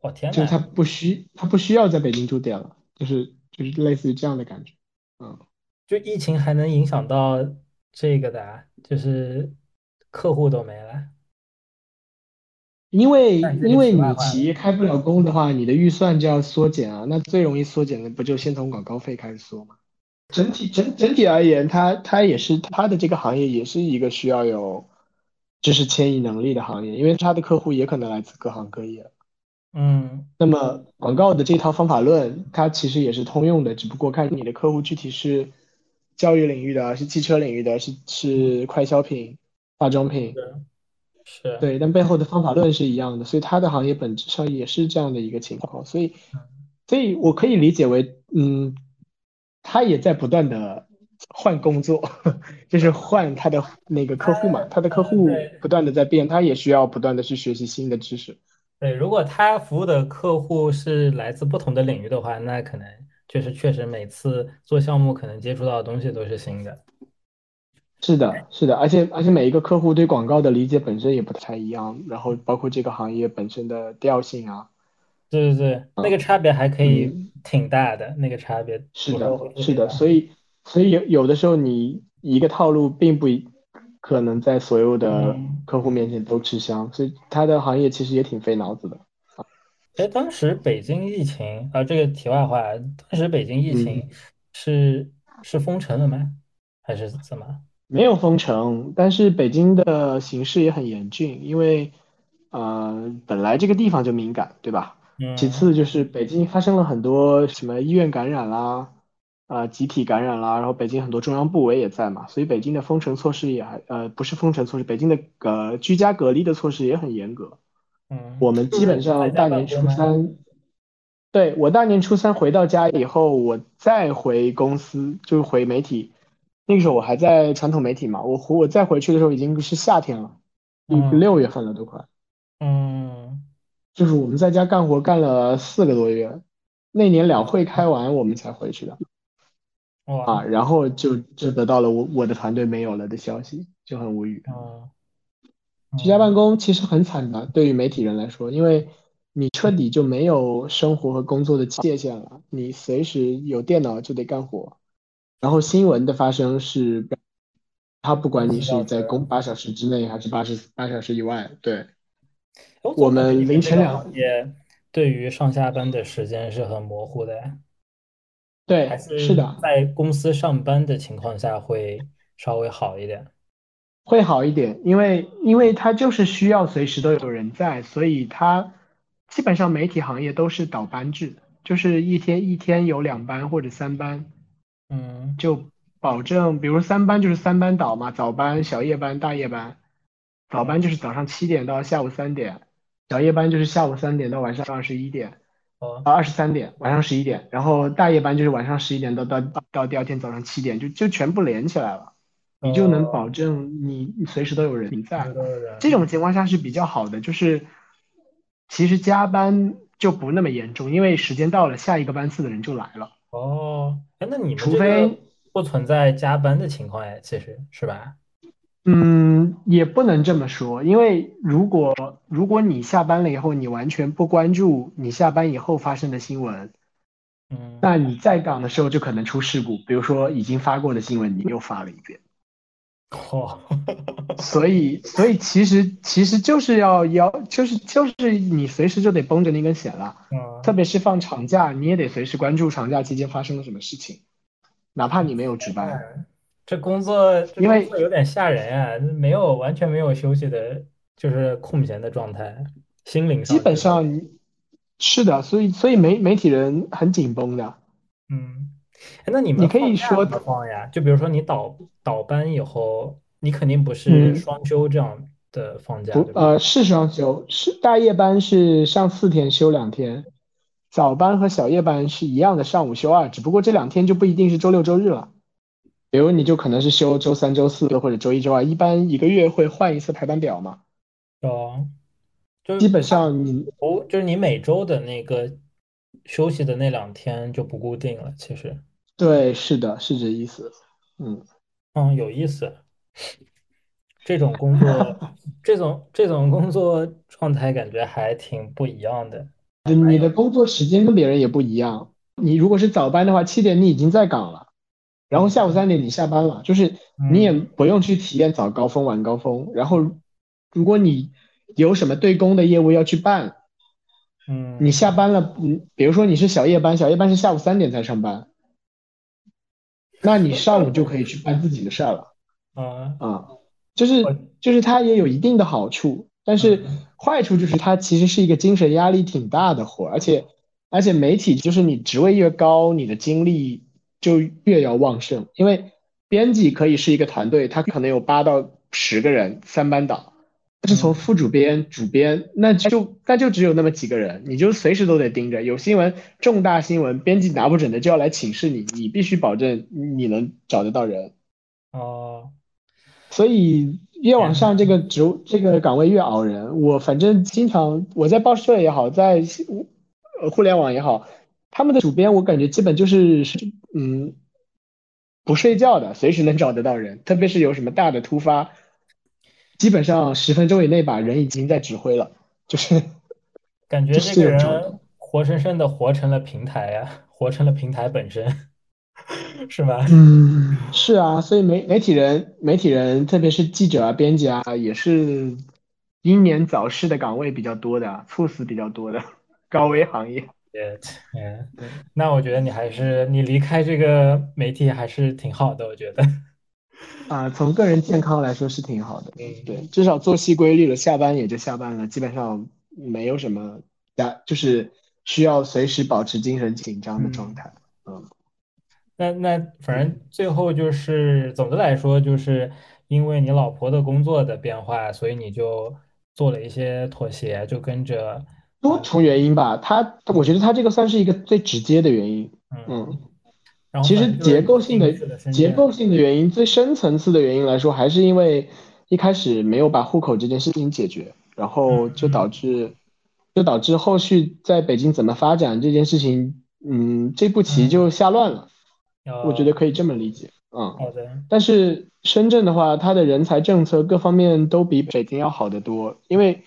[SPEAKER 3] 我天
[SPEAKER 1] 就是他
[SPEAKER 3] 呐，
[SPEAKER 1] 不需他不需要在北京驻点了，就是就是类似于这样的感觉，嗯，
[SPEAKER 3] 就疫情还能影响到这个的啊，就是客户都没了。
[SPEAKER 1] 因为
[SPEAKER 3] 那你这
[SPEAKER 1] 因
[SPEAKER 3] 个
[SPEAKER 1] 为
[SPEAKER 3] 题
[SPEAKER 1] 你
[SPEAKER 3] 外话
[SPEAKER 1] 企
[SPEAKER 3] 了。
[SPEAKER 1] 业开不了工的话，你的预算就要缩减啊，那最容易缩减的不就先从广告费开始缩吗？整体整整体而言，它它也是它的这个行业也是一个需要有知识迁移能力的行业，因为它的客户也可能来自各行各业。
[SPEAKER 3] 嗯
[SPEAKER 1] 那么广告的这套方法论，它其实也是通用的，只不过看你的客户具体是教育领域的，是汽车领域的，是是快消品、化妆品，
[SPEAKER 3] 是，
[SPEAKER 1] 对，但背后的方法论是一样的，所以它的行业本质上也是这样的一个情况，所以，
[SPEAKER 3] 嗯
[SPEAKER 1] 所以我可以理解为，嗯，他也在不断的换工作， [laughs] 就是换他的那个客户嘛，他的客
[SPEAKER 3] 嗯，
[SPEAKER 1] 户
[SPEAKER 3] 对。
[SPEAKER 1] 不断的在变，他也需要不断的去学习新的知识。
[SPEAKER 3] 对，如果他服务的客户是来自不同的领域的话，那可能就是确实每次做项目可能接触到的东西都是新的。
[SPEAKER 1] 是的，是的，而且而且每一个客户对广告的理解本身也不太一样，然后包括这个行业本身的调性啊，
[SPEAKER 3] 对对对，那个差别还可以
[SPEAKER 1] 嗯。
[SPEAKER 3] 挺大的，那个差别
[SPEAKER 1] 是
[SPEAKER 3] 有时候
[SPEAKER 1] 的，
[SPEAKER 3] 会特
[SPEAKER 1] 是
[SPEAKER 3] 别
[SPEAKER 1] 的，
[SPEAKER 3] 大。
[SPEAKER 1] 所以所以有有的时候你一个套路并不一可能在所有的
[SPEAKER 3] 嗯，
[SPEAKER 1] 客户面前都吃香，所以它的行业其实也挺费脑子的。
[SPEAKER 3] 哎，当时北京疫情啊，这个题外话，当时北京疫
[SPEAKER 1] 嗯，
[SPEAKER 3] 情是是封城了吗？还是怎么？
[SPEAKER 1] 没有封城，但是北京的形势也很严峻，因为呃本来这个地方就敏感，对吧？其
[SPEAKER 3] 嗯
[SPEAKER 1] 次就是北京发生了很多什么医院感染啦，啊、集体感染啦，然后北京很多中央部委也在嘛，所以北京的封城措施也还呃不是封城措施，北京的呃居家隔离的措施也很严格。
[SPEAKER 3] 嗯，
[SPEAKER 1] 我们
[SPEAKER 3] 就
[SPEAKER 1] 基本
[SPEAKER 3] 是在
[SPEAKER 1] 上
[SPEAKER 3] 家
[SPEAKER 1] 大
[SPEAKER 3] 办
[SPEAKER 1] 年
[SPEAKER 3] 公
[SPEAKER 1] 初
[SPEAKER 3] 吗？
[SPEAKER 1] 三，对，我大年初三回到家以后，我再回公司，就是回媒体。那个时候我还在传统媒体嘛，我回我再回去的时候已经是夏天了，一
[SPEAKER 3] 嗯
[SPEAKER 1] 六月份了都快。
[SPEAKER 3] 嗯
[SPEAKER 1] 就是我们在家干活干了四个多月，那年两会开完我们才回去的啊，
[SPEAKER 3] 嗯哇
[SPEAKER 1] 然后就就得到了我我的团队没有了的消息，就很无语。
[SPEAKER 3] 嗯
[SPEAKER 1] 居家办
[SPEAKER 3] 嗯
[SPEAKER 1] 公其实很惨的，对于媒体人来说，因为你彻底就没有生活和工作的界限了，你随时有电脑就得干活。然后新闻的发生是，它不
[SPEAKER 3] 二
[SPEAKER 1] 管
[SPEAKER 3] 十
[SPEAKER 1] 你
[SPEAKER 3] 四
[SPEAKER 1] 是
[SPEAKER 3] 小
[SPEAKER 1] 在
[SPEAKER 3] 时。
[SPEAKER 1] 工八小时之内还是八十八小时以外，对，
[SPEAKER 3] 我
[SPEAKER 1] 我
[SPEAKER 3] 总感觉你
[SPEAKER 1] 们
[SPEAKER 3] 们
[SPEAKER 1] 凌
[SPEAKER 3] 这
[SPEAKER 1] 晨
[SPEAKER 3] 个行
[SPEAKER 1] 两，
[SPEAKER 3] 业对于上下班的时间是很模糊的呀，还
[SPEAKER 1] 对，是
[SPEAKER 3] 是
[SPEAKER 1] 的。
[SPEAKER 3] 在公司上班的情况下会稍微好一点？
[SPEAKER 1] 会好一点，因为因为它就是需要随时都有人在，所以它基本上媒体行业都是倒班制，就是一天一天有两班或者三班，
[SPEAKER 3] 嗯
[SPEAKER 1] 就保证，比如三班就是三班倒嘛，早班、小夜班、大夜班，早
[SPEAKER 3] 嗯
[SPEAKER 1] 班就是早上七点到下午三点，小夜班就是下午三点到晚上二十一点，
[SPEAKER 3] 哦
[SPEAKER 1] 啊，二十三点，晚上十一点，然后大夜班就是晚上十一点到到到第二天早上七点，就就全部连起来了，你就能保证你你随时都有人
[SPEAKER 3] 哦
[SPEAKER 1] 在。这种情况下是比较好的，就是其实加班就不那么严重，因为时间到了，下一个班次的人就来了。
[SPEAKER 3] 哦，哎，那你们
[SPEAKER 1] 除
[SPEAKER 3] 这个
[SPEAKER 1] 非
[SPEAKER 3] 不存在加班的情况哎，其实是吧？
[SPEAKER 1] 嗯，也不能这么说，因为如果如果你下班了以后，你完全不关注你下班以后发生的新闻，
[SPEAKER 3] 嗯，
[SPEAKER 1] 那你在岗的时候就可能出事故，比如说已经发过的新闻你又发了一遍，
[SPEAKER 3] 哇，
[SPEAKER 1] 所以所以其实其实就是要要就是就是你随时就得绷着那根弦了。
[SPEAKER 3] 嗯，
[SPEAKER 1] 特别是放长假，你也得随时关注长假期间发生了什么事情，哪怕你没有值班。
[SPEAKER 3] 这工作这
[SPEAKER 1] 因为
[SPEAKER 3] 工作有点吓人啊，没有完全没有休息的，就是空闲的状态，心灵上
[SPEAKER 1] 基本
[SPEAKER 3] 就是
[SPEAKER 1] 上是的，所以所以媒媒体人很紧绷的。
[SPEAKER 3] 嗯，哎那你们
[SPEAKER 1] 你可
[SPEAKER 3] 放
[SPEAKER 1] 以
[SPEAKER 3] 假
[SPEAKER 1] 说
[SPEAKER 3] 怎么放呀？就比如说你倒倒班以后，你肯定不是
[SPEAKER 1] 嗯
[SPEAKER 3] 双休这样的放假，
[SPEAKER 1] 不
[SPEAKER 3] 对，吧？
[SPEAKER 1] 呃，是双休，是大夜班是上四天休两天，早班和小夜班是一样的，上午休二，只不过这两天就不一定是周六周日了。比如你就可能是休周三、周四或者周一周二，一般一个月会换一次排班表嘛。
[SPEAKER 3] 哦，就
[SPEAKER 1] 基本上你
[SPEAKER 3] 不就是你每周的那个休息的那两天就不固定了，其实，
[SPEAKER 1] 对，是的，是这意思。嗯。
[SPEAKER 3] 嗯，有意思。这种
[SPEAKER 1] [laughs]
[SPEAKER 3] 工作，这种这种工作状态感觉还挺不一样的。
[SPEAKER 1] 对你的工作时间跟别人也不一样。你如果是早班的话，七点你已经在岗了，然后下午三点你下班了，就是你也不用去体验早高峰、晚高峰。然后，如果你有什么对公的业务要去办，
[SPEAKER 3] 嗯，
[SPEAKER 1] 你下班了，嗯，比如说你是小夜班，小夜班是下午三点才上班，那你上午就可以去办自己的事儿了。
[SPEAKER 3] 啊，
[SPEAKER 1] 啊，就是
[SPEAKER 3] 我
[SPEAKER 1] 就是它也有一定的好处，但是
[SPEAKER 3] 嗯
[SPEAKER 1] 坏处就是它其实是一个精神压力挺大的活儿，而且而且媒体就是你职位越高，你的精力就越要旺盛，因为编辑可以是一个团队，他可能有八到十个人三班倒，但是
[SPEAKER 3] 嗯
[SPEAKER 1] 从副主编、主编，那就那就只有那么几个人，你就随时都得盯着，有新闻重大新闻，编辑拿不准的就要来请示你，你必须保证你能找得到人。
[SPEAKER 3] 哦，
[SPEAKER 1] 所以越往上这个职务这个岗位越熬人。我反正经常我在报社也好，在呃互联网也好，他们的主编我感觉基本就是是嗯不睡觉的，随时能找得到人。特别是有什么大的突发，基本上十分钟以内把人已经在指挥了，就是。
[SPEAKER 3] 感觉
[SPEAKER 1] 就
[SPEAKER 3] 这
[SPEAKER 1] 是
[SPEAKER 3] 个
[SPEAKER 1] 这种
[SPEAKER 3] 人活生生的活成了平台呀，活成了平台本身， [laughs] 是吧？
[SPEAKER 1] 嗯，是啊，所以媒媒体人、媒体人，特别是记者啊、编辑啊，也是英年早逝的岗位比较多的，猝死比较多的高危行业。
[SPEAKER 3] 也，嗯，那我觉得你还是你离开这个媒体还是挺好的，我觉得。 [laughs]
[SPEAKER 1] 啊，从个人健康来说是挺好的，
[SPEAKER 3] 嗯，
[SPEAKER 1] 对，至少作息规律了，下班也就下班了，基本上没有什么加，就是需要随时保持精神紧张的状态。
[SPEAKER 3] 那那反正最后就是总的来说，就是因为你老婆的工作的变化，所以你就做了一些妥协，就跟着
[SPEAKER 1] 多重原因吧，他我觉得他这个算是一个最直接的原因，
[SPEAKER 3] 嗯，
[SPEAKER 1] 嗯。
[SPEAKER 3] 然后
[SPEAKER 1] 其实
[SPEAKER 3] 反正就是
[SPEAKER 1] 结构性的
[SPEAKER 3] 定制身
[SPEAKER 1] 结
[SPEAKER 3] 边
[SPEAKER 1] 构性的原因，最深层次的原因来说，还是因为一开始没有把户口这件事情解决，然后
[SPEAKER 3] 嗯
[SPEAKER 1] 就导致就导致后续在北京怎么发展这件事情，嗯，这步棋就下乱了，
[SPEAKER 3] 嗯
[SPEAKER 1] 我觉得可以这么理解，嗯
[SPEAKER 3] 呃。好的，
[SPEAKER 1] 但是深圳的话，它的人才政策各方面都比北京要好得多，因为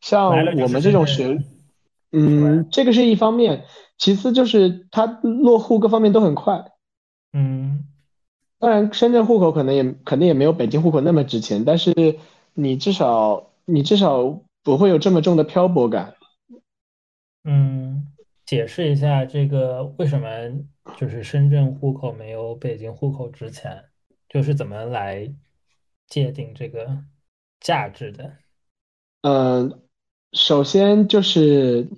[SPEAKER 1] 像
[SPEAKER 3] 来了就是
[SPEAKER 1] 我们这种
[SPEAKER 3] 深
[SPEAKER 1] 学
[SPEAKER 3] 圳，
[SPEAKER 1] 嗯，这个是一方面，其次就是它落户各方面都很快。
[SPEAKER 3] 嗯
[SPEAKER 1] 当然，深圳户口可能也肯定也没有北京户口那么值钱，但是你至少你至少不会有这么重的漂泊感。
[SPEAKER 3] 嗯，解释一下这个为什么就是深圳户口没有北京户口值钱，就是怎么来界定这个价值的，
[SPEAKER 1] 嗯，首先就是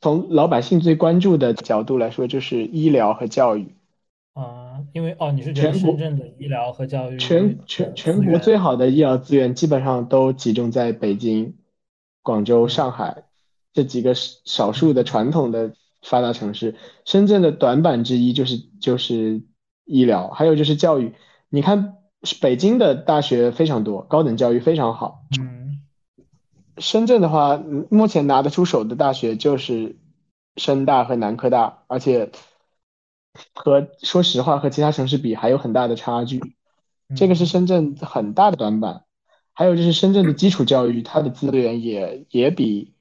[SPEAKER 1] 从老百姓最关注的角度来说，就是医疗和教育。
[SPEAKER 3] 啊、因为哦，你是觉得
[SPEAKER 1] 全
[SPEAKER 3] 深
[SPEAKER 1] 国
[SPEAKER 3] 圳的医疗和教育
[SPEAKER 1] 全
[SPEAKER 3] 的
[SPEAKER 1] 全
[SPEAKER 3] 呃资
[SPEAKER 1] 全国
[SPEAKER 3] 源
[SPEAKER 1] 最好的医疗资源基本上都集中在北京，广
[SPEAKER 3] 嗯
[SPEAKER 1] 州、上海这几个少数的传统的发达城市，深圳的短板之一就是就是医疗，还有就是教育。你看北京的大学非常多，高等教育非常好。
[SPEAKER 3] 嗯
[SPEAKER 1] 深圳的话，嗯目前拿得出手的大学就是深大和南科大，而且和说实话和其他城市比还有很大的差距，这个是深圳很大的短板。还有就是深圳的基础教育，它的资源也也比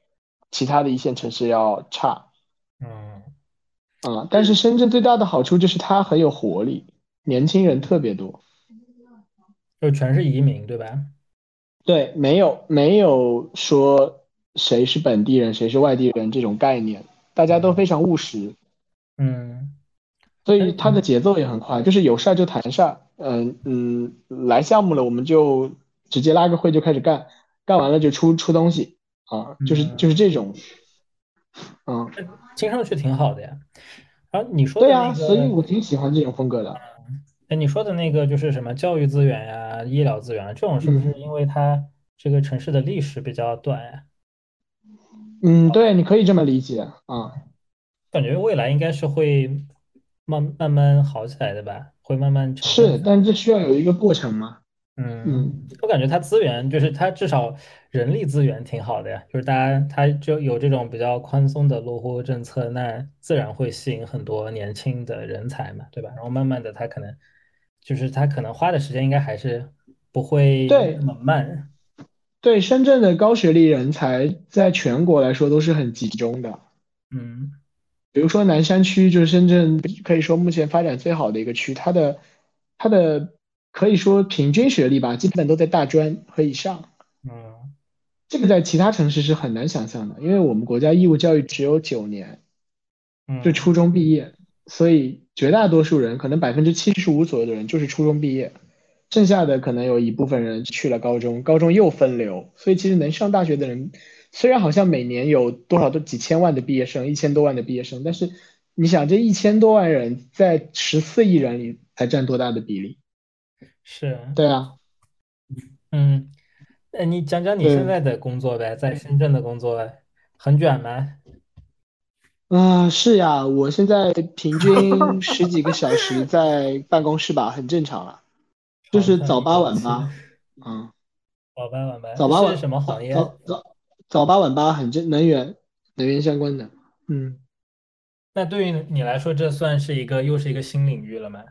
[SPEAKER 1] 其他的一线城市要差
[SPEAKER 3] 嗯
[SPEAKER 1] 啊、但是深圳最大的好处就是它很有活力，年轻人特别多。
[SPEAKER 3] 就全是移民，对吧？
[SPEAKER 1] 对，没有没有说谁是本地人，谁是外地人这种概念，大家都非常务实，
[SPEAKER 3] 嗯
[SPEAKER 1] 所以它的节奏也很快，就是有事儿就谈事儿，嗯嗯，来项目了我们就直接拉个会就开始干，干完了就出出东西啊，就是
[SPEAKER 3] 嗯
[SPEAKER 1] 就是这种，嗯，
[SPEAKER 3] 听上去挺好的呀。然后你说的
[SPEAKER 1] 对
[SPEAKER 3] 那
[SPEAKER 1] 啊，
[SPEAKER 3] 个，
[SPEAKER 1] 所以我挺喜欢这种风格的，
[SPEAKER 3] 哎，你说的那个就是什么教育资源呀、医疗资源啊，这种是
[SPEAKER 1] 嗯
[SPEAKER 3] 不是因为它这个城市的历史比较短啊呀？
[SPEAKER 1] 嗯，对，你可以这么理解啊，
[SPEAKER 3] 感觉未来应该是会慢慢慢好起来的吧，会慢慢成
[SPEAKER 1] 是，
[SPEAKER 3] 正
[SPEAKER 1] 但这需要有一个过程嘛，
[SPEAKER 3] 嗯，
[SPEAKER 1] 嗯，
[SPEAKER 3] 我感觉它资源就是它至少人力资源挺好的呀，就是大家它就有这种比较宽松的落户政策，那自然会吸引很多年轻的人才嘛，对吧？然后慢慢的它可能就是它可能花的时间应该还是不会
[SPEAKER 1] 对
[SPEAKER 3] 那么慢，
[SPEAKER 1] 对，深圳的高学历人才在全国来说都是很集中的。
[SPEAKER 3] 嗯
[SPEAKER 1] 比如说南山区，就是深圳可以说目前发展最好的一个区，它的它的可以说平均学历吧，基本都在大专和以上。
[SPEAKER 3] 嗯
[SPEAKER 1] 这个在其他城市是很难想象的，因为我们国家义务教育只有九年，
[SPEAKER 3] 嗯，
[SPEAKER 1] 就初中毕业，所以绝大多数人，可能百分之七十五左右的人就是初中毕业，剩下的可能有一部分人去了高中，高中又分流，所以其实能上大学的人，虽然好像每年有多少都几千万的毕业生，一千多万的毕业生，但是你想这一千多万人在十四亿人里才占多大的比例？
[SPEAKER 3] 是
[SPEAKER 1] 对啊，
[SPEAKER 3] 嗯，那你讲讲你现
[SPEAKER 1] 对
[SPEAKER 3] 在的工作呗，在深圳的工作呗，很卷吗？
[SPEAKER 1] 啊、是呀，我现在平均十几个小时在办公室吧，很正常了，就是
[SPEAKER 3] 长
[SPEAKER 1] 早
[SPEAKER 3] 叹一
[SPEAKER 1] 八
[SPEAKER 3] 口
[SPEAKER 1] 晚
[SPEAKER 3] 气
[SPEAKER 1] 八，嗯。
[SPEAKER 3] 早八晚八
[SPEAKER 1] 早八晚
[SPEAKER 3] 是什么行业？
[SPEAKER 1] 早早早八晚八很正能源能源相关的，嗯，
[SPEAKER 3] 那对于你来说，这算是一个又是一个新领域了吗？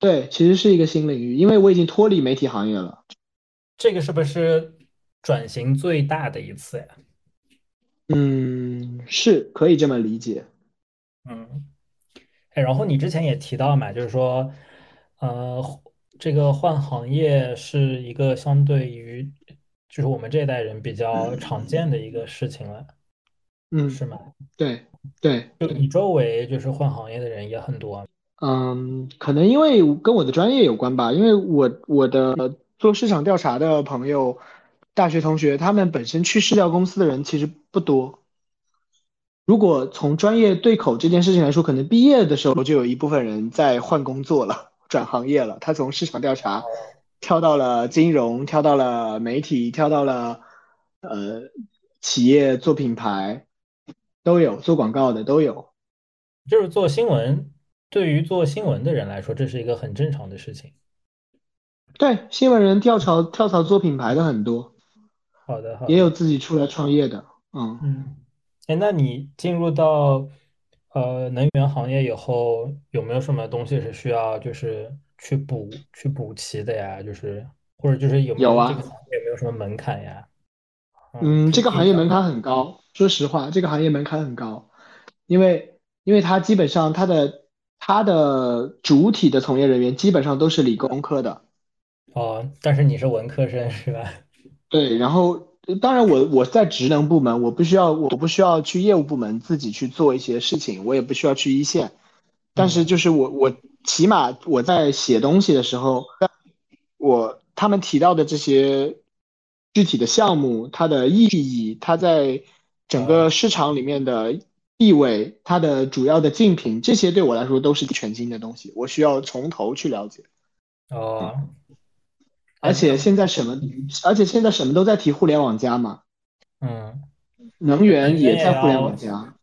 [SPEAKER 1] 对，其实是一个新领域，因为我已经脱离媒体行业了，
[SPEAKER 3] 这个是不是转型最大的一次呀？
[SPEAKER 1] 嗯，是可以这么理解，
[SPEAKER 3] 嗯，哎，然后你之前也提到嘛，就是说，呃，这个换行业是一个相对于就是我们这一代人比较常见的一个事情了，
[SPEAKER 1] 嗯，
[SPEAKER 3] 是吗？
[SPEAKER 1] 对对，
[SPEAKER 3] 就你周围就是换行业的人也很多。啊
[SPEAKER 1] 嗯，可能因为跟我的专业有关吧，因为我我的做市场调查的朋友，大学同学，他们本身去市调公司的人其实不多。如果从专业对口这件事情来说，可能毕业的时候就有一部分人在换工作了，转行业了。他从市场调查跳到了金融，跳到了媒体，跳到了呃企业做品牌，都有做广告的都有。
[SPEAKER 3] 就是做新闻，对于做新闻的人来说，这是一个很正常的事情。
[SPEAKER 1] 对，新闻人跳槽跳槽做品牌的很多，
[SPEAKER 3] 好的，好
[SPEAKER 1] 也
[SPEAKER 3] 的。
[SPEAKER 1] 有自己出来创业的。嗯，
[SPEAKER 3] 嗯，哎，那你进入到呃能源行业以后，有没有什么东西是需要就是去补去补齐的呀？就是或者就是有没
[SPEAKER 1] 有
[SPEAKER 3] 有
[SPEAKER 1] 啊
[SPEAKER 3] 这个行业有没有什么门槛呀？
[SPEAKER 1] 嗯，
[SPEAKER 3] 嗯，可以
[SPEAKER 1] 这个
[SPEAKER 3] 可
[SPEAKER 1] 行
[SPEAKER 3] 以
[SPEAKER 1] 业
[SPEAKER 3] 讲
[SPEAKER 1] 门
[SPEAKER 3] 吗。
[SPEAKER 1] 槛很高，说实话，这个行业门槛很高，因为因为它基本上它的它的主体的从业人员基本上都是理工科的。
[SPEAKER 3] 哦，但是你是文科生是吧？
[SPEAKER 1] 对，然后呃当然我我在职能部门，我不需要我不需要去业务部门自己去做一些事情，我也不需要去一线，但是
[SPEAKER 3] 嗯
[SPEAKER 1] 就是我我起码我在写东西的时候，我他们提到的这些具体的项目，它的意义，它在整个市场里面的地位，它的主要的竞品，这些对我来说都是全新的东西，我需要从头去了解。
[SPEAKER 3] 哦，哎
[SPEAKER 1] 而且
[SPEAKER 3] 那
[SPEAKER 1] 现在什么，而且现在什么都在提互联网加嘛。
[SPEAKER 3] 嗯，
[SPEAKER 1] 能源也在互联
[SPEAKER 3] 能
[SPEAKER 1] 网加，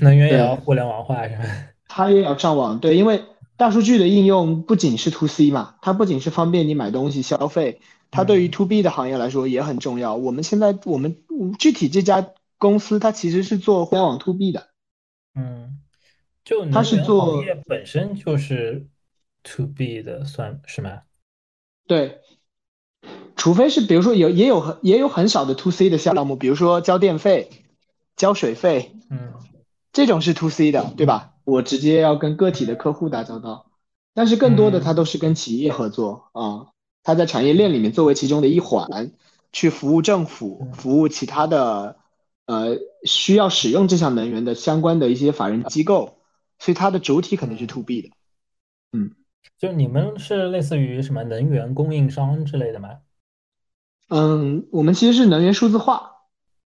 [SPEAKER 3] 能源也
[SPEAKER 1] 对
[SPEAKER 3] 要互联网化是吧？
[SPEAKER 1] 它也要上网。对，因为大数据的应用不仅是 to C 嘛，它不仅是方便你买东西消费，它对于 to B 的行业来说也很重要。我们现在我们具体这家公司它其实是做互联网 to B 的，
[SPEAKER 3] 嗯，就
[SPEAKER 1] 它
[SPEAKER 3] 能
[SPEAKER 1] 是
[SPEAKER 3] 源
[SPEAKER 1] 做
[SPEAKER 3] 行业本身就是 to B 的算是吗？
[SPEAKER 1] 对。除非是比如说有也有很也有很少的 to C 的项目，比如说交电费、交水费，
[SPEAKER 3] 嗯
[SPEAKER 1] 这种是 to C 的，对吧？我直接要跟个体的客户打交道，但是更多的
[SPEAKER 3] 嗯
[SPEAKER 1] 它都是跟企业合作啊，它在产业链里面作为其中的一环，去服务政府
[SPEAKER 3] 嗯，
[SPEAKER 1] 服务其他的呃需要使用这项能源的相关的一些法人机构，所以它的主体肯
[SPEAKER 3] 嗯
[SPEAKER 1] 定是 to B 的。
[SPEAKER 3] 就你们是类似于什么能源供应商之类的吗？
[SPEAKER 1] 嗯，我们其实是能源数字化，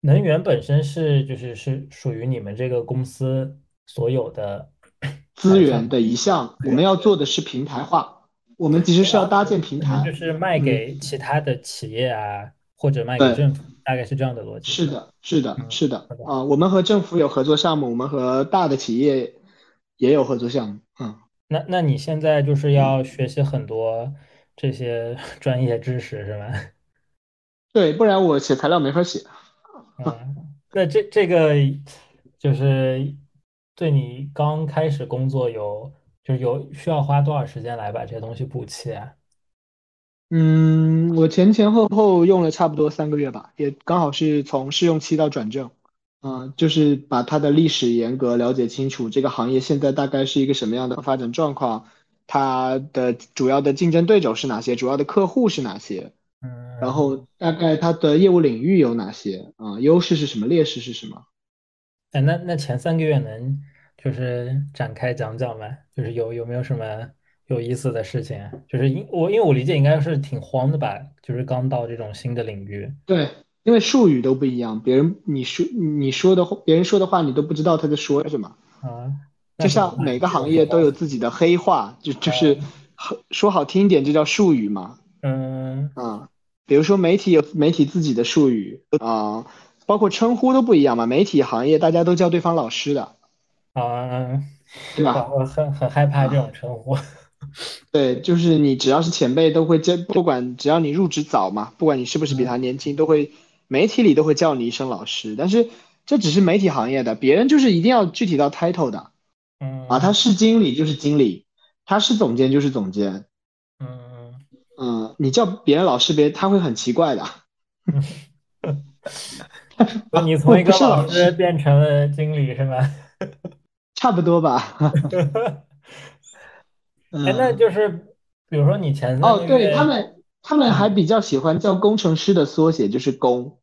[SPEAKER 3] 能源本身是就是是属于你们这个公司所有的
[SPEAKER 1] 资
[SPEAKER 3] 来
[SPEAKER 1] 源
[SPEAKER 3] 算
[SPEAKER 1] 的一项，我们要做的是平台化，我们其实是要搭建平
[SPEAKER 3] 你们就
[SPEAKER 1] 台。
[SPEAKER 3] 是卖
[SPEAKER 1] 嗯
[SPEAKER 3] 给其他的企业啊，或者卖给
[SPEAKER 1] 对
[SPEAKER 3] 政府，大概是这样的逻辑。
[SPEAKER 1] 是的，是的，
[SPEAKER 3] 嗯
[SPEAKER 1] 是的
[SPEAKER 3] 好的，
[SPEAKER 1] 啊，我们和政府有合作项目，我们和大的企业也有合作项目，嗯，
[SPEAKER 3] 那那你现在就是要学习很多这些 [laughs] 专业知识是吧？
[SPEAKER 1] 对，不然我写材料没法写。
[SPEAKER 3] 嗯，那这这个就是对你刚开始工作有就是有需要花多少时间来把这些东西补齐啊？
[SPEAKER 1] 嗯，我前前后后用了差不多三个月吧，也刚好是从试用期到转正，嗯，就是把它的历史严格了解清楚，这个行业现在大概是一个什么样的发展状况，它的主要的竞争对手是哪些，主要的客户是哪些，然
[SPEAKER 3] 嗯，
[SPEAKER 1] 后大概它的业务领域有哪些，啊，优势是什么，劣势是什么。
[SPEAKER 3] 哎，那那前三个月能就是展开讲讲吗？就是有有没有什么有意思的事情啊？就是因我因为我理解应该是挺慌的吧，就是刚到这种新的领域。
[SPEAKER 1] 对，因为术语都不一样，别人你说你说的话，别人说的话，你都不知道他在说什么。
[SPEAKER 3] 啊，
[SPEAKER 1] 就
[SPEAKER 3] 那怎么
[SPEAKER 1] 像
[SPEAKER 3] 办
[SPEAKER 1] 哎每个哎行业都有自己的黑话，就就是说好听一点，就叫术语嘛。
[SPEAKER 3] 嗯
[SPEAKER 1] 啊，比如说媒体有媒体自己的术语啊，包括称呼都不一样嘛。媒体行业大家都叫对方老师的，
[SPEAKER 3] 啊，
[SPEAKER 1] 对吧？
[SPEAKER 3] 我我很很害怕这种称呼。
[SPEAKER 1] 对，就是你只要是前辈都会叫，不管只要你入职早嘛，不管你是不是比他
[SPEAKER 3] 嗯
[SPEAKER 1] 年轻，都会媒体里都会叫你一声老师。但是这只是媒体行业的，别人就是一定要具体到 title 的
[SPEAKER 3] 嗯
[SPEAKER 1] 啊，他是经理就是经理，他是总监就是总监。
[SPEAKER 3] 嗯
[SPEAKER 1] 嗯，你叫别人老师别，他会很奇怪的。
[SPEAKER 3] 就你从一个
[SPEAKER 1] 不是老
[SPEAKER 3] 师变成了经理是吗？
[SPEAKER 1] 差不多
[SPEAKER 3] [laughs]
[SPEAKER 1] 吧。嗯
[SPEAKER 3] 哎，那就是比如说你前三
[SPEAKER 1] 哦
[SPEAKER 3] 个，
[SPEAKER 1] 对
[SPEAKER 3] 月
[SPEAKER 1] 他们，他们还比较喜欢叫工程师的缩写，就是工。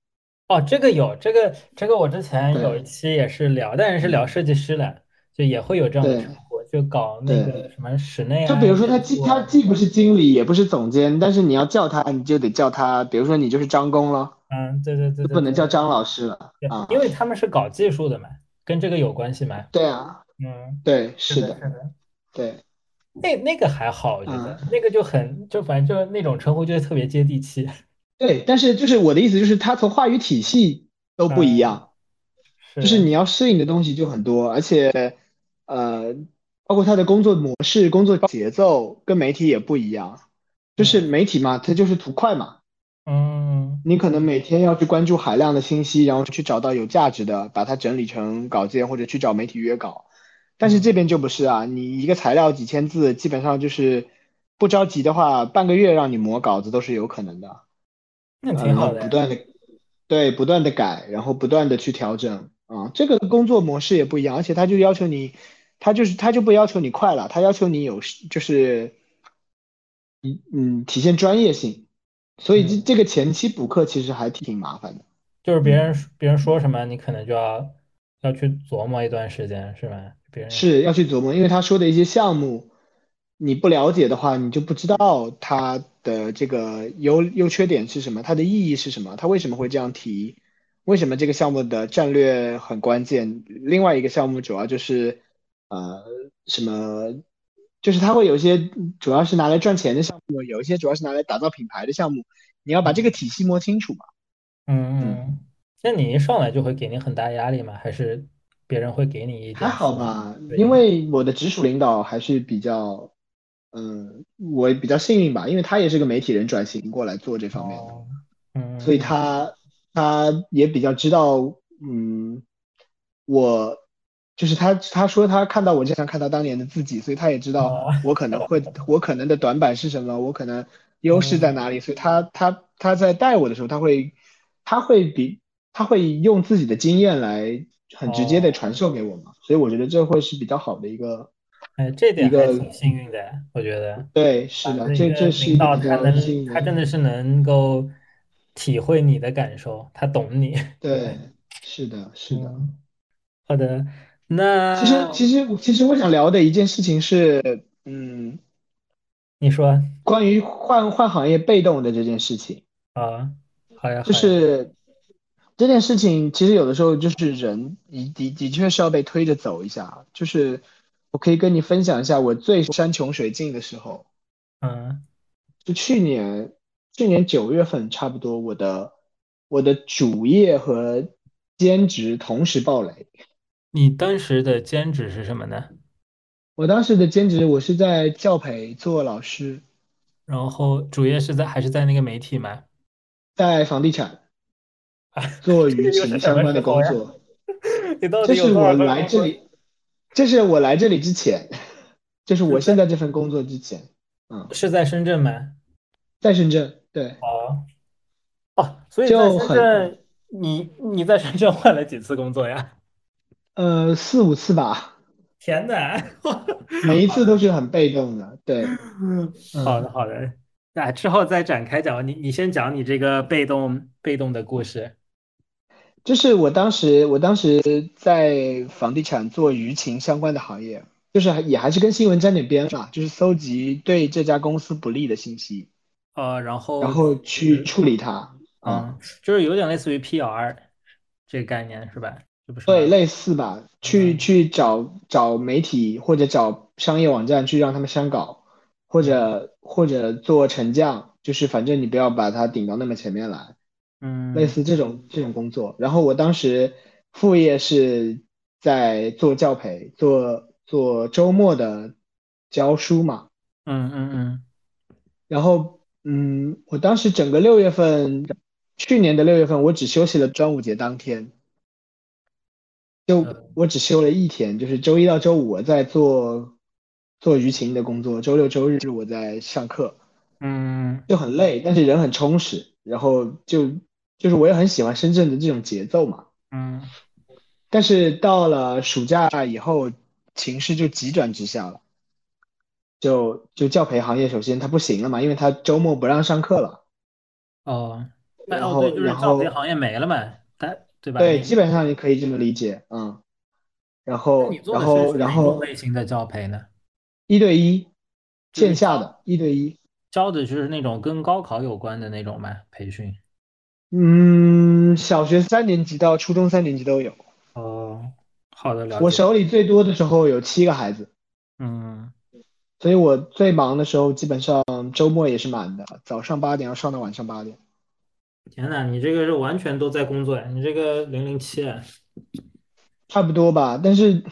[SPEAKER 3] 哦，这个有这个这个，我之前有
[SPEAKER 1] 对嗯
[SPEAKER 3] 一期也是聊，但是是聊设计师的，就也会有这样的
[SPEAKER 1] 对
[SPEAKER 3] 称呼，就搞那
[SPEAKER 1] 对
[SPEAKER 3] 个什么室内
[SPEAKER 1] 就
[SPEAKER 3] 啊，
[SPEAKER 1] 比如说他既
[SPEAKER 3] 建筑
[SPEAKER 1] 他
[SPEAKER 3] 啊
[SPEAKER 1] 既不是经理，也不是总监，但是你要叫他，你就得叫他，比如说你就是张工了，
[SPEAKER 3] 嗯，对对对
[SPEAKER 1] 就
[SPEAKER 3] 对
[SPEAKER 1] 不能
[SPEAKER 3] 对
[SPEAKER 1] 叫张老师了
[SPEAKER 3] 对
[SPEAKER 1] 啊。
[SPEAKER 3] 因为他们是搞技术的嘛，跟这个有关系嘛，
[SPEAKER 1] 对啊，
[SPEAKER 3] 嗯，
[SPEAKER 1] 对，
[SPEAKER 3] 是
[SPEAKER 1] 是
[SPEAKER 3] 的，
[SPEAKER 1] 的，
[SPEAKER 3] 是的，
[SPEAKER 1] 对，
[SPEAKER 3] 那那个还好，我觉得
[SPEAKER 1] 嗯
[SPEAKER 3] 那个就很就反正就那种称呼就是特别接地气，
[SPEAKER 1] 对。但是就是我的意思就是，他从话语体系都不一样，嗯
[SPEAKER 3] 是
[SPEAKER 1] 就是你要适应的东西就很多，而且呃，包括他的工作模式、工作节奏跟媒体也不一样。就是媒体嘛，它就是图快嘛，
[SPEAKER 3] 嗯
[SPEAKER 1] 你可能每天要去关注海量的信息，然后去找到有价值的，把它整理成稿件或者去找媒体约稿。但是这边就不是啊，你一个材料几千字，基本上就是不着急的话，半个月让你磨稿子都是有可能的。
[SPEAKER 3] 那
[SPEAKER 1] 啊
[SPEAKER 3] 挺
[SPEAKER 1] 然后
[SPEAKER 3] 好的
[SPEAKER 1] 不
[SPEAKER 3] 呀，
[SPEAKER 1] 断的，对，不断的改，然后不断的去调整啊，这个工作模式也不一样，而且他就要求你，他就是他就不要求你快了，他要求你有就是，嗯嗯，体现专业性，所以这
[SPEAKER 3] 嗯
[SPEAKER 1] 这个前期补课其实还挺麻烦的，
[SPEAKER 3] 就是
[SPEAKER 1] 嗯
[SPEAKER 3] 别人说别人说什么，你可能就要要去琢磨一段时间，是吗？别人
[SPEAKER 1] 是要去琢磨，因为他说的一些项目，你不了解的话，你就不知道他的这个优优缺点是什么，它的意义是什么，他为什么会这样提，为什么这个项目的战略很关键，另外一个项目主要就是呃什么，就是他会有一些主要是拿来赚钱的项目，有一些主要是拿来打造品牌的项目，你要把这个体系摸清楚嘛，
[SPEAKER 3] 嗯嗯，那你一上来就会给你很大压力吗？还是别人会给你一点？
[SPEAKER 1] 还好吧，
[SPEAKER 3] 对哦
[SPEAKER 1] 因为我的直属领导还是比较，嗯，我比较幸运吧，因为他也是个媒体人转型过来做这方面的，
[SPEAKER 3] 哦，嗯，
[SPEAKER 1] 所以他他也比较知道，嗯，我就是他他说他看到我就像看到当年的自己，所以他也知道
[SPEAKER 3] 哦
[SPEAKER 1] 我可能会我可能的短板是什么，我可能优势在
[SPEAKER 3] 哦
[SPEAKER 1] 哪里，所以他他他在带我的时候，他会他会比他会用自己的经验来很直接的
[SPEAKER 3] 哦
[SPEAKER 1] 传授给我嘛，所以我觉得这会是比较好的一个，
[SPEAKER 3] 哎，这点
[SPEAKER 1] 一个
[SPEAKER 3] 还挺幸运的，我觉得。
[SPEAKER 1] 对，是
[SPEAKER 3] 啊
[SPEAKER 1] 的，
[SPEAKER 3] 那
[SPEAKER 1] 这
[SPEAKER 3] 个
[SPEAKER 1] 这是
[SPEAKER 3] 领
[SPEAKER 1] 一
[SPEAKER 3] 导
[SPEAKER 1] 个比
[SPEAKER 3] 他
[SPEAKER 1] 较幸
[SPEAKER 3] 能，
[SPEAKER 1] 运
[SPEAKER 3] 他
[SPEAKER 1] 的
[SPEAKER 3] 真的是能够体会你的感受，他懂你。
[SPEAKER 1] 对，是的，是的。
[SPEAKER 3] 嗯， [laughs] 好的，那
[SPEAKER 1] 其实，其实，其实我想聊的一件事情是，嗯，
[SPEAKER 3] 你说啊，
[SPEAKER 1] 关于换换行业被动的这件事情，
[SPEAKER 3] 好呀，
[SPEAKER 1] 就
[SPEAKER 3] 好呀，
[SPEAKER 1] 是这件事情，其实有的时候就是人的的的确是要被推着走一下。就是我可以跟你分享一下我最山穷水尽的时候，
[SPEAKER 3] 嗯
[SPEAKER 1] 就去年，去年九月份差不多，我的我的主业和兼职同时暴雷。
[SPEAKER 3] 你当时的兼职是什么呢？
[SPEAKER 1] 我当时的兼职，我是在教培做老师，
[SPEAKER 3] 然后主业是在还是在那个媒体吗？ [laughs]
[SPEAKER 1] 在房地产
[SPEAKER 3] 啊
[SPEAKER 1] 做
[SPEAKER 3] 这
[SPEAKER 1] 舆
[SPEAKER 3] 个又是
[SPEAKER 1] 情
[SPEAKER 3] 什么
[SPEAKER 1] 相关的
[SPEAKER 3] 时候
[SPEAKER 1] 工
[SPEAKER 3] 呀
[SPEAKER 1] 作。
[SPEAKER 3] 你到
[SPEAKER 1] 这
[SPEAKER 3] 底有
[SPEAKER 1] 是
[SPEAKER 3] 多
[SPEAKER 1] 我
[SPEAKER 3] 少份
[SPEAKER 1] 来
[SPEAKER 3] 工
[SPEAKER 1] 这
[SPEAKER 3] 作？
[SPEAKER 1] 里，这是我来这里之前，这是我现在这份工作之前，嗯，
[SPEAKER 3] 是在深圳吗？
[SPEAKER 1] 在深圳，对，
[SPEAKER 3] 哦哦，所以
[SPEAKER 1] 就
[SPEAKER 3] 在深
[SPEAKER 1] 很
[SPEAKER 3] 圳，你你在深圳换了几次工作呀？
[SPEAKER 1] 呃，四五次吧，
[SPEAKER 3] [laughs] 天哪！
[SPEAKER 1] 每一次都是很被动的，对，
[SPEAKER 3] 好
[SPEAKER 1] 嗯，
[SPEAKER 3] [laughs] 的，好的，那之后再展开讲。你你先讲你这个被动被动的故事。
[SPEAKER 1] 就是我当时，我当时在房地产做舆情相关的行业，就是还也还是跟新闻沾点边吧，就是搜集对这家公司不利的信息，
[SPEAKER 3] 呃，然后
[SPEAKER 1] 然后去处理它，啊。
[SPEAKER 3] 嗯，就是有点类似于 PR 这个概念是吧？这不是
[SPEAKER 1] 对，
[SPEAKER 3] 吗？
[SPEAKER 1] 类似吧，去
[SPEAKER 3] 嗯
[SPEAKER 1] 去找找媒体或者找商业网站去让他们删稿，或
[SPEAKER 3] 嗯
[SPEAKER 1] 者或者做沉降，就是反正你不要把它顶到那么前面来，类
[SPEAKER 3] 嗯
[SPEAKER 1] 似这种这种工作。然后我当时副业是在做教培，做做周末的教书嘛。
[SPEAKER 3] 嗯嗯嗯，
[SPEAKER 1] 然后嗯，我当时整个六月份，去年的六月份，我只休息了端午节当天。就
[SPEAKER 3] 嗯
[SPEAKER 1] 我只休了一天，就是周一到周五我在做做舆情的工作，周六周日我在上课，
[SPEAKER 3] 嗯
[SPEAKER 1] 就很累，但是人很充实，然后就就是我也很喜欢深圳的这种节奏嘛。
[SPEAKER 3] 嗯
[SPEAKER 1] 但是到了暑假以后，情势就急转直下了，就就教培行业首先它不行了嘛，因为它周末不让上课了，
[SPEAKER 3] 哦，那
[SPEAKER 1] 然
[SPEAKER 3] 哦
[SPEAKER 1] 后
[SPEAKER 3] 对，就是
[SPEAKER 1] 然
[SPEAKER 3] 教培
[SPEAKER 1] 后
[SPEAKER 3] 行业没了嘛，它对吧？
[SPEAKER 1] 对，
[SPEAKER 3] 你
[SPEAKER 1] 基本上你可以这么理解，嗯，然
[SPEAKER 3] 那
[SPEAKER 1] 后
[SPEAKER 3] 你做
[SPEAKER 1] 然
[SPEAKER 3] 的是
[SPEAKER 1] 后
[SPEAKER 3] 什
[SPEAKER 1] 然
[SPEAKER 3] 么一种
[SPEAKER 1] 后
[SPEAKER 3] 类型的教培呢？
[SPEAKER 1] 一对一
[SPEAKER 3] 就是
[SPEAKER 1] 线下
[SPEAKER 3] 教
[SPEAKER 1] 的一对一。
[SPEAKER 3] 教的就是那种跟高考有关的那种嘛，培训。
[SPEAKER 1] 嗯，小学三年级到初中三年级都有。呃
[SPEAKER 3] 哦，好的，了
[SPEAKER 1] 我
[SPEAKER 3] 解。
[SPEAKER 1] 手里最多的时候有七个孩子，
[SPEAKER 3] 嗯。
[SPEAKER 1] 所以我最忙的时候基本上周末也是满的，早上八点要上到晚上八点。
[SPEAKER 3] 天呐，你这个是完全都在工作呀！你这个零零七啊，
[SPEAKER 1] 差不多吧。但是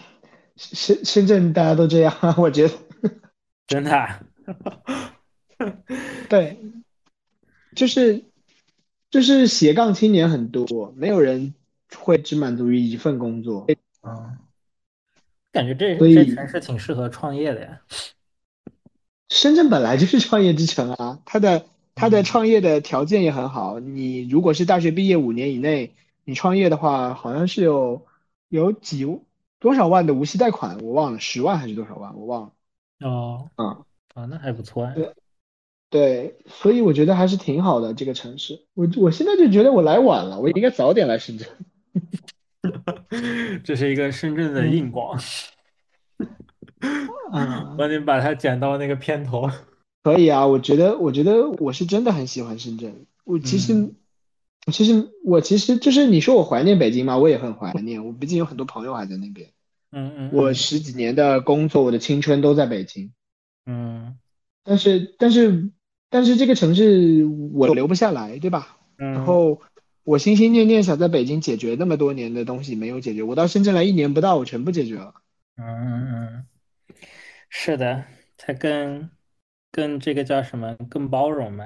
[SPEAKER 1] 深深圳大家都这样， [laughs] 我觉得
[SPEAKER 3] 真的啊，
[SPEAKER 1] 对，就是就是斜杠青年很多，没有人会只满足于一份工作，
[SPEAKER 3] 嗯，感觉这
[SPEAKER 1] 所
[SPEAKER 3] 这
[SPEAKER 1] 以
[SPEAKER 3] 城市挺适合创业的呀。
[SPEAKER 1] 深圳本来就是创业之城啊，它的它的
[SPEAKER 3] 嗯
[SPEAKER 1] 创业的条件也很好。你如果是大学毕业五年以内，你创业的话，好像是有有几多少万的无息贷款，我忘了，十万还是多少万，我忘了。
[SPEAKER 3] 哦，
[SPEAKER 1] 嗯，
[SPEAKER 3] 啊，那还不错哎。
[SPEAKER 1] 对对，所以我觉得还是挺好的这个城市。我我现在就觉得我来晚了，我应该早点来深圳。
[SPEAKER 3] 这是一个深
[SPEAKER 1] 嗯
[SPEAKER 3] 圳的硬广，
[SPEAKER 1] 啊、
[SPEAKER 3] 我得把它剪到那个片头。
[SPEAKER 1] 可以啊，我觉得我觉得我是真的很喜欢深圳。我其
[SPEAKER 3] 嗯
[SPEAKER 1] 实。我其实我其实就是你说我怀念北京嘛，我也很怀念。我毕竟有很多朋友还在那边。
[SPEAKER 3] 嗯
[SPEAKER 1] 我
[SPEAKER 3] 嗯
[SPEAKER 1] 十几年的工作，我的青春都在北京，
[SPEAKER 3] 嗯
[SPEAKER 1] 但是但是但是这个城市我留不下来，对吧？然
[SPEAKER 3] 嗯嗯
[SPEAKER 1] 后我心心念念想在北京解决那么多年的东西没有解决，我到深圳来一年不到，我全部解决了。
[SPEAKER 3] 嗯嗯嗯，是的，它跟跟这个叫什么更包容嘛。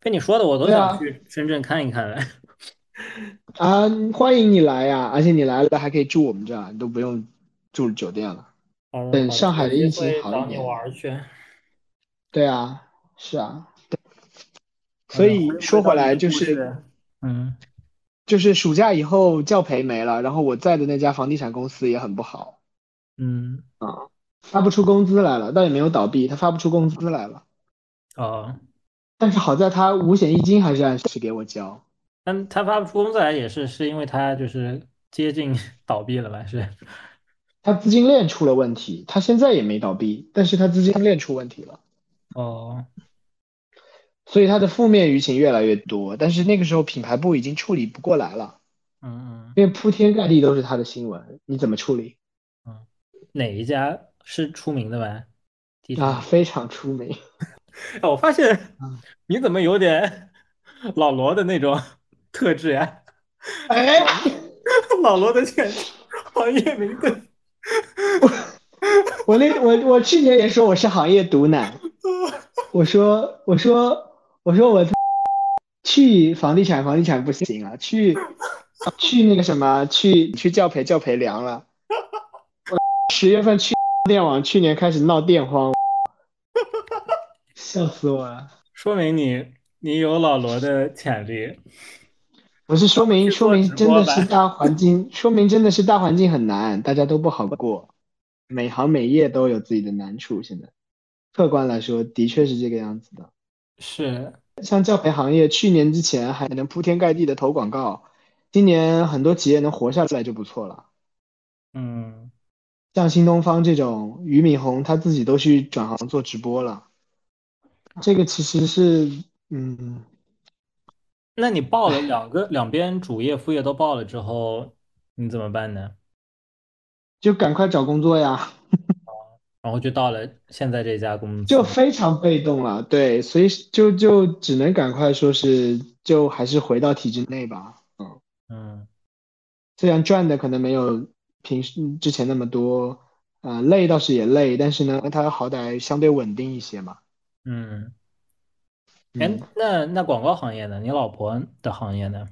[SPEAKER 3] 被你说的我都
[SPEAKER 1] 对啊
[SPEAKER 3] 想去深圳看一看了。
[SPEAKER 1] 啊，欢迎你来呀、而且你来了还可以住我们这儿，你都不用住酒店了。
[SPEAKER 3] 好的
[SPEAKER 1] 等
[SPEAKER 3] 好的
[SPEAKER 1] 上海
[SPEAKER 3] 有
[SPEAKER 1] 的
[SPEAKER 3] 机
[SPEAKER 1] 疫情
[SPEAKER 3] 会
[SPEAKER 1] 好一
[SPEAKER 3] 找你
[SPEAKER 1] 点
[SPEAKER 3] 玩儿去。
[SPEAKER 1] 对啊，是啊，所以
[SPEAKER 3] 嗯
[SPEAKER 1] 说回来就
[SPEAKER 3] 回到你
[SPEAKER 1] 是
[SPEAKER 3] 的故事，嗯，
[SPEAKER 1] 就是暑假以后教培没了，然后我在的那家房地产公司也很不好，
[SPEAKER 3] 嗯，
[SPEAKER 1] 发不出工资来了，倒也没有倒闭，他发不出工资来了，
[SPEAKER 3] 哦，
[SPEAKER 1] 但是好在他五险一金还是按时给我交。
[SPEAKER 3] 但他发不出工资来也是是因为他就是接近 [laughs] 倒闭了吧？是，
[SPEAKER 1] 他资金链出了问题，他现在也没倒闭，但是他资金链出问题了，
[SPEAKER 3] 哦，
[SPEAKER 1] 所以他的负面舆情越来越多。但是那个时候品牌部已经处理不过来了，
[SPEAKER 3] 嗯
[SPEAKER 1] 因为铺天盖地都是他的新闻，你怎么处理
[SPEAKER 3] 嗯，哪一家是出名的吧？地产
[SPEAKER 1] 啊？非常出名。
[SPEAKER 3] 哎我发现
[SPEAKER 1] 嗯
[SPEAKER 3] 你怎么有点老罗的那种 [laughs] 特质呀？ [laughs]
[SPEAKER 1] 哎，
[SPEAKER 3] 老罗的简直行业名字，
[SPEAKER 1] 我那我我去年也说我是行业毒奶，我说我说我说我去房地产房地产不行啊，去去那个什么去去教培教培凉了，我十月份去电网，去年开始闹电荒，笑死我了。
[SPEAKER 3] 说明你你有老罗的潜力。
[SPEAKER 1] 不是说明
[SPEAKER 3] 去做
[SPEAKER 1] 说明
[SPEAKER 3] 直
[SPEAKER 1] 真
[SPEAKER 3] 播
[SPEAKER 1] 的
[SPEAKER 3] 吧
[SPEAKER 1] 是大环境， [laughs] 说明真的是大环境很难，大家都不好过，每行每业都有自己的难处。现在客观来说，的确是这个样子的。
[SPEAKER 3] 是，
[SPEAKER 1] 像教培行业，去年之前还能铺天盖地的投广告，今年很多企业能活下来就不错了。
[SPEAKER 3] 嗯，
[SPEAKER 1] 像新东方这种，俞敏洪他自己都去转行做直播了，这个其实是，嗯，
[SPEAKER 3] 那你报了两个两边主业副业都报了之后，你怎么办呢？
[SPEAKER 1] 就赶快找工作呀，
[SPEAKER 3] 然后就到了现在这家公司，
[SPEAKER 1] 就非常被动了。对，所以就就只能赶快说是，就还是回到体制内吧。嗯，
[SPEAKER 3] 嗯
[SPEAKER 1] 虽然赚的可能没有平时之前那么多，啊、累倒是也累，但是呢，它好歹相对稳定一些嘛。
[SPEAKER 3] 嗯，哎
[SPEAKER 1] 嗯。，
[SPEAKER 3] 那那广告行业呢？你老婆的行业呢？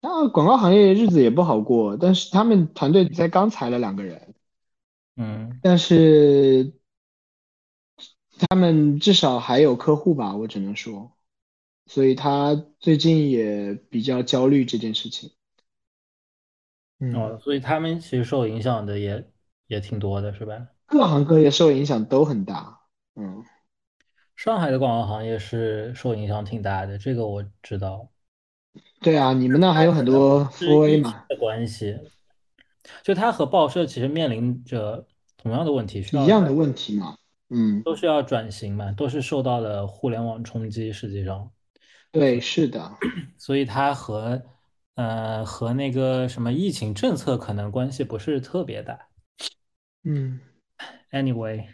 [SPEAKER 1] 那广告行业日子也不好过，但是他们团队才刚裁了两个人，
[SPEAKER 3] 嗯
[SPEAKER 1] 但是他们至少还有客户吧，我只能说，所以他最近也比较焦虑这件事情。嗯，
[SPEAKER 3] 哦，所以他们其实受影响的也也挺多的，是吧？
[SPEAKER 1] 各行各业受影响都很大。嗯，
[SPEAKER 3] 上海的广告行业是受影响挺大的，这个我知道。
[SPEAKER 1] 对啊，你们那还有很 [laughs] 多
[SPEAKER 3] 是
[SPEAKER 1] 4A
[SPEAKER 3] 疫
[SPEAKER 1] 嘛，
[SPEAKER 3] 情的关系，就它和报社其实面临着同样的问题，需
[SPEAKER 1] 一
[SPEAKER 3] 要
[SPEAKER 1] 样的问题嘛。嗯，
[SPEAKER 3] 都是要转型嘛，都是受到了互联网冲击，实际上。
[SPEAKER 1] 对，是的，
[SPEAKER 3] 所以它和呃和那个什么疫情政策可能关系不是特别大。
[SPEAKER 1] 嗯
[SPEAKER 3] Anyway，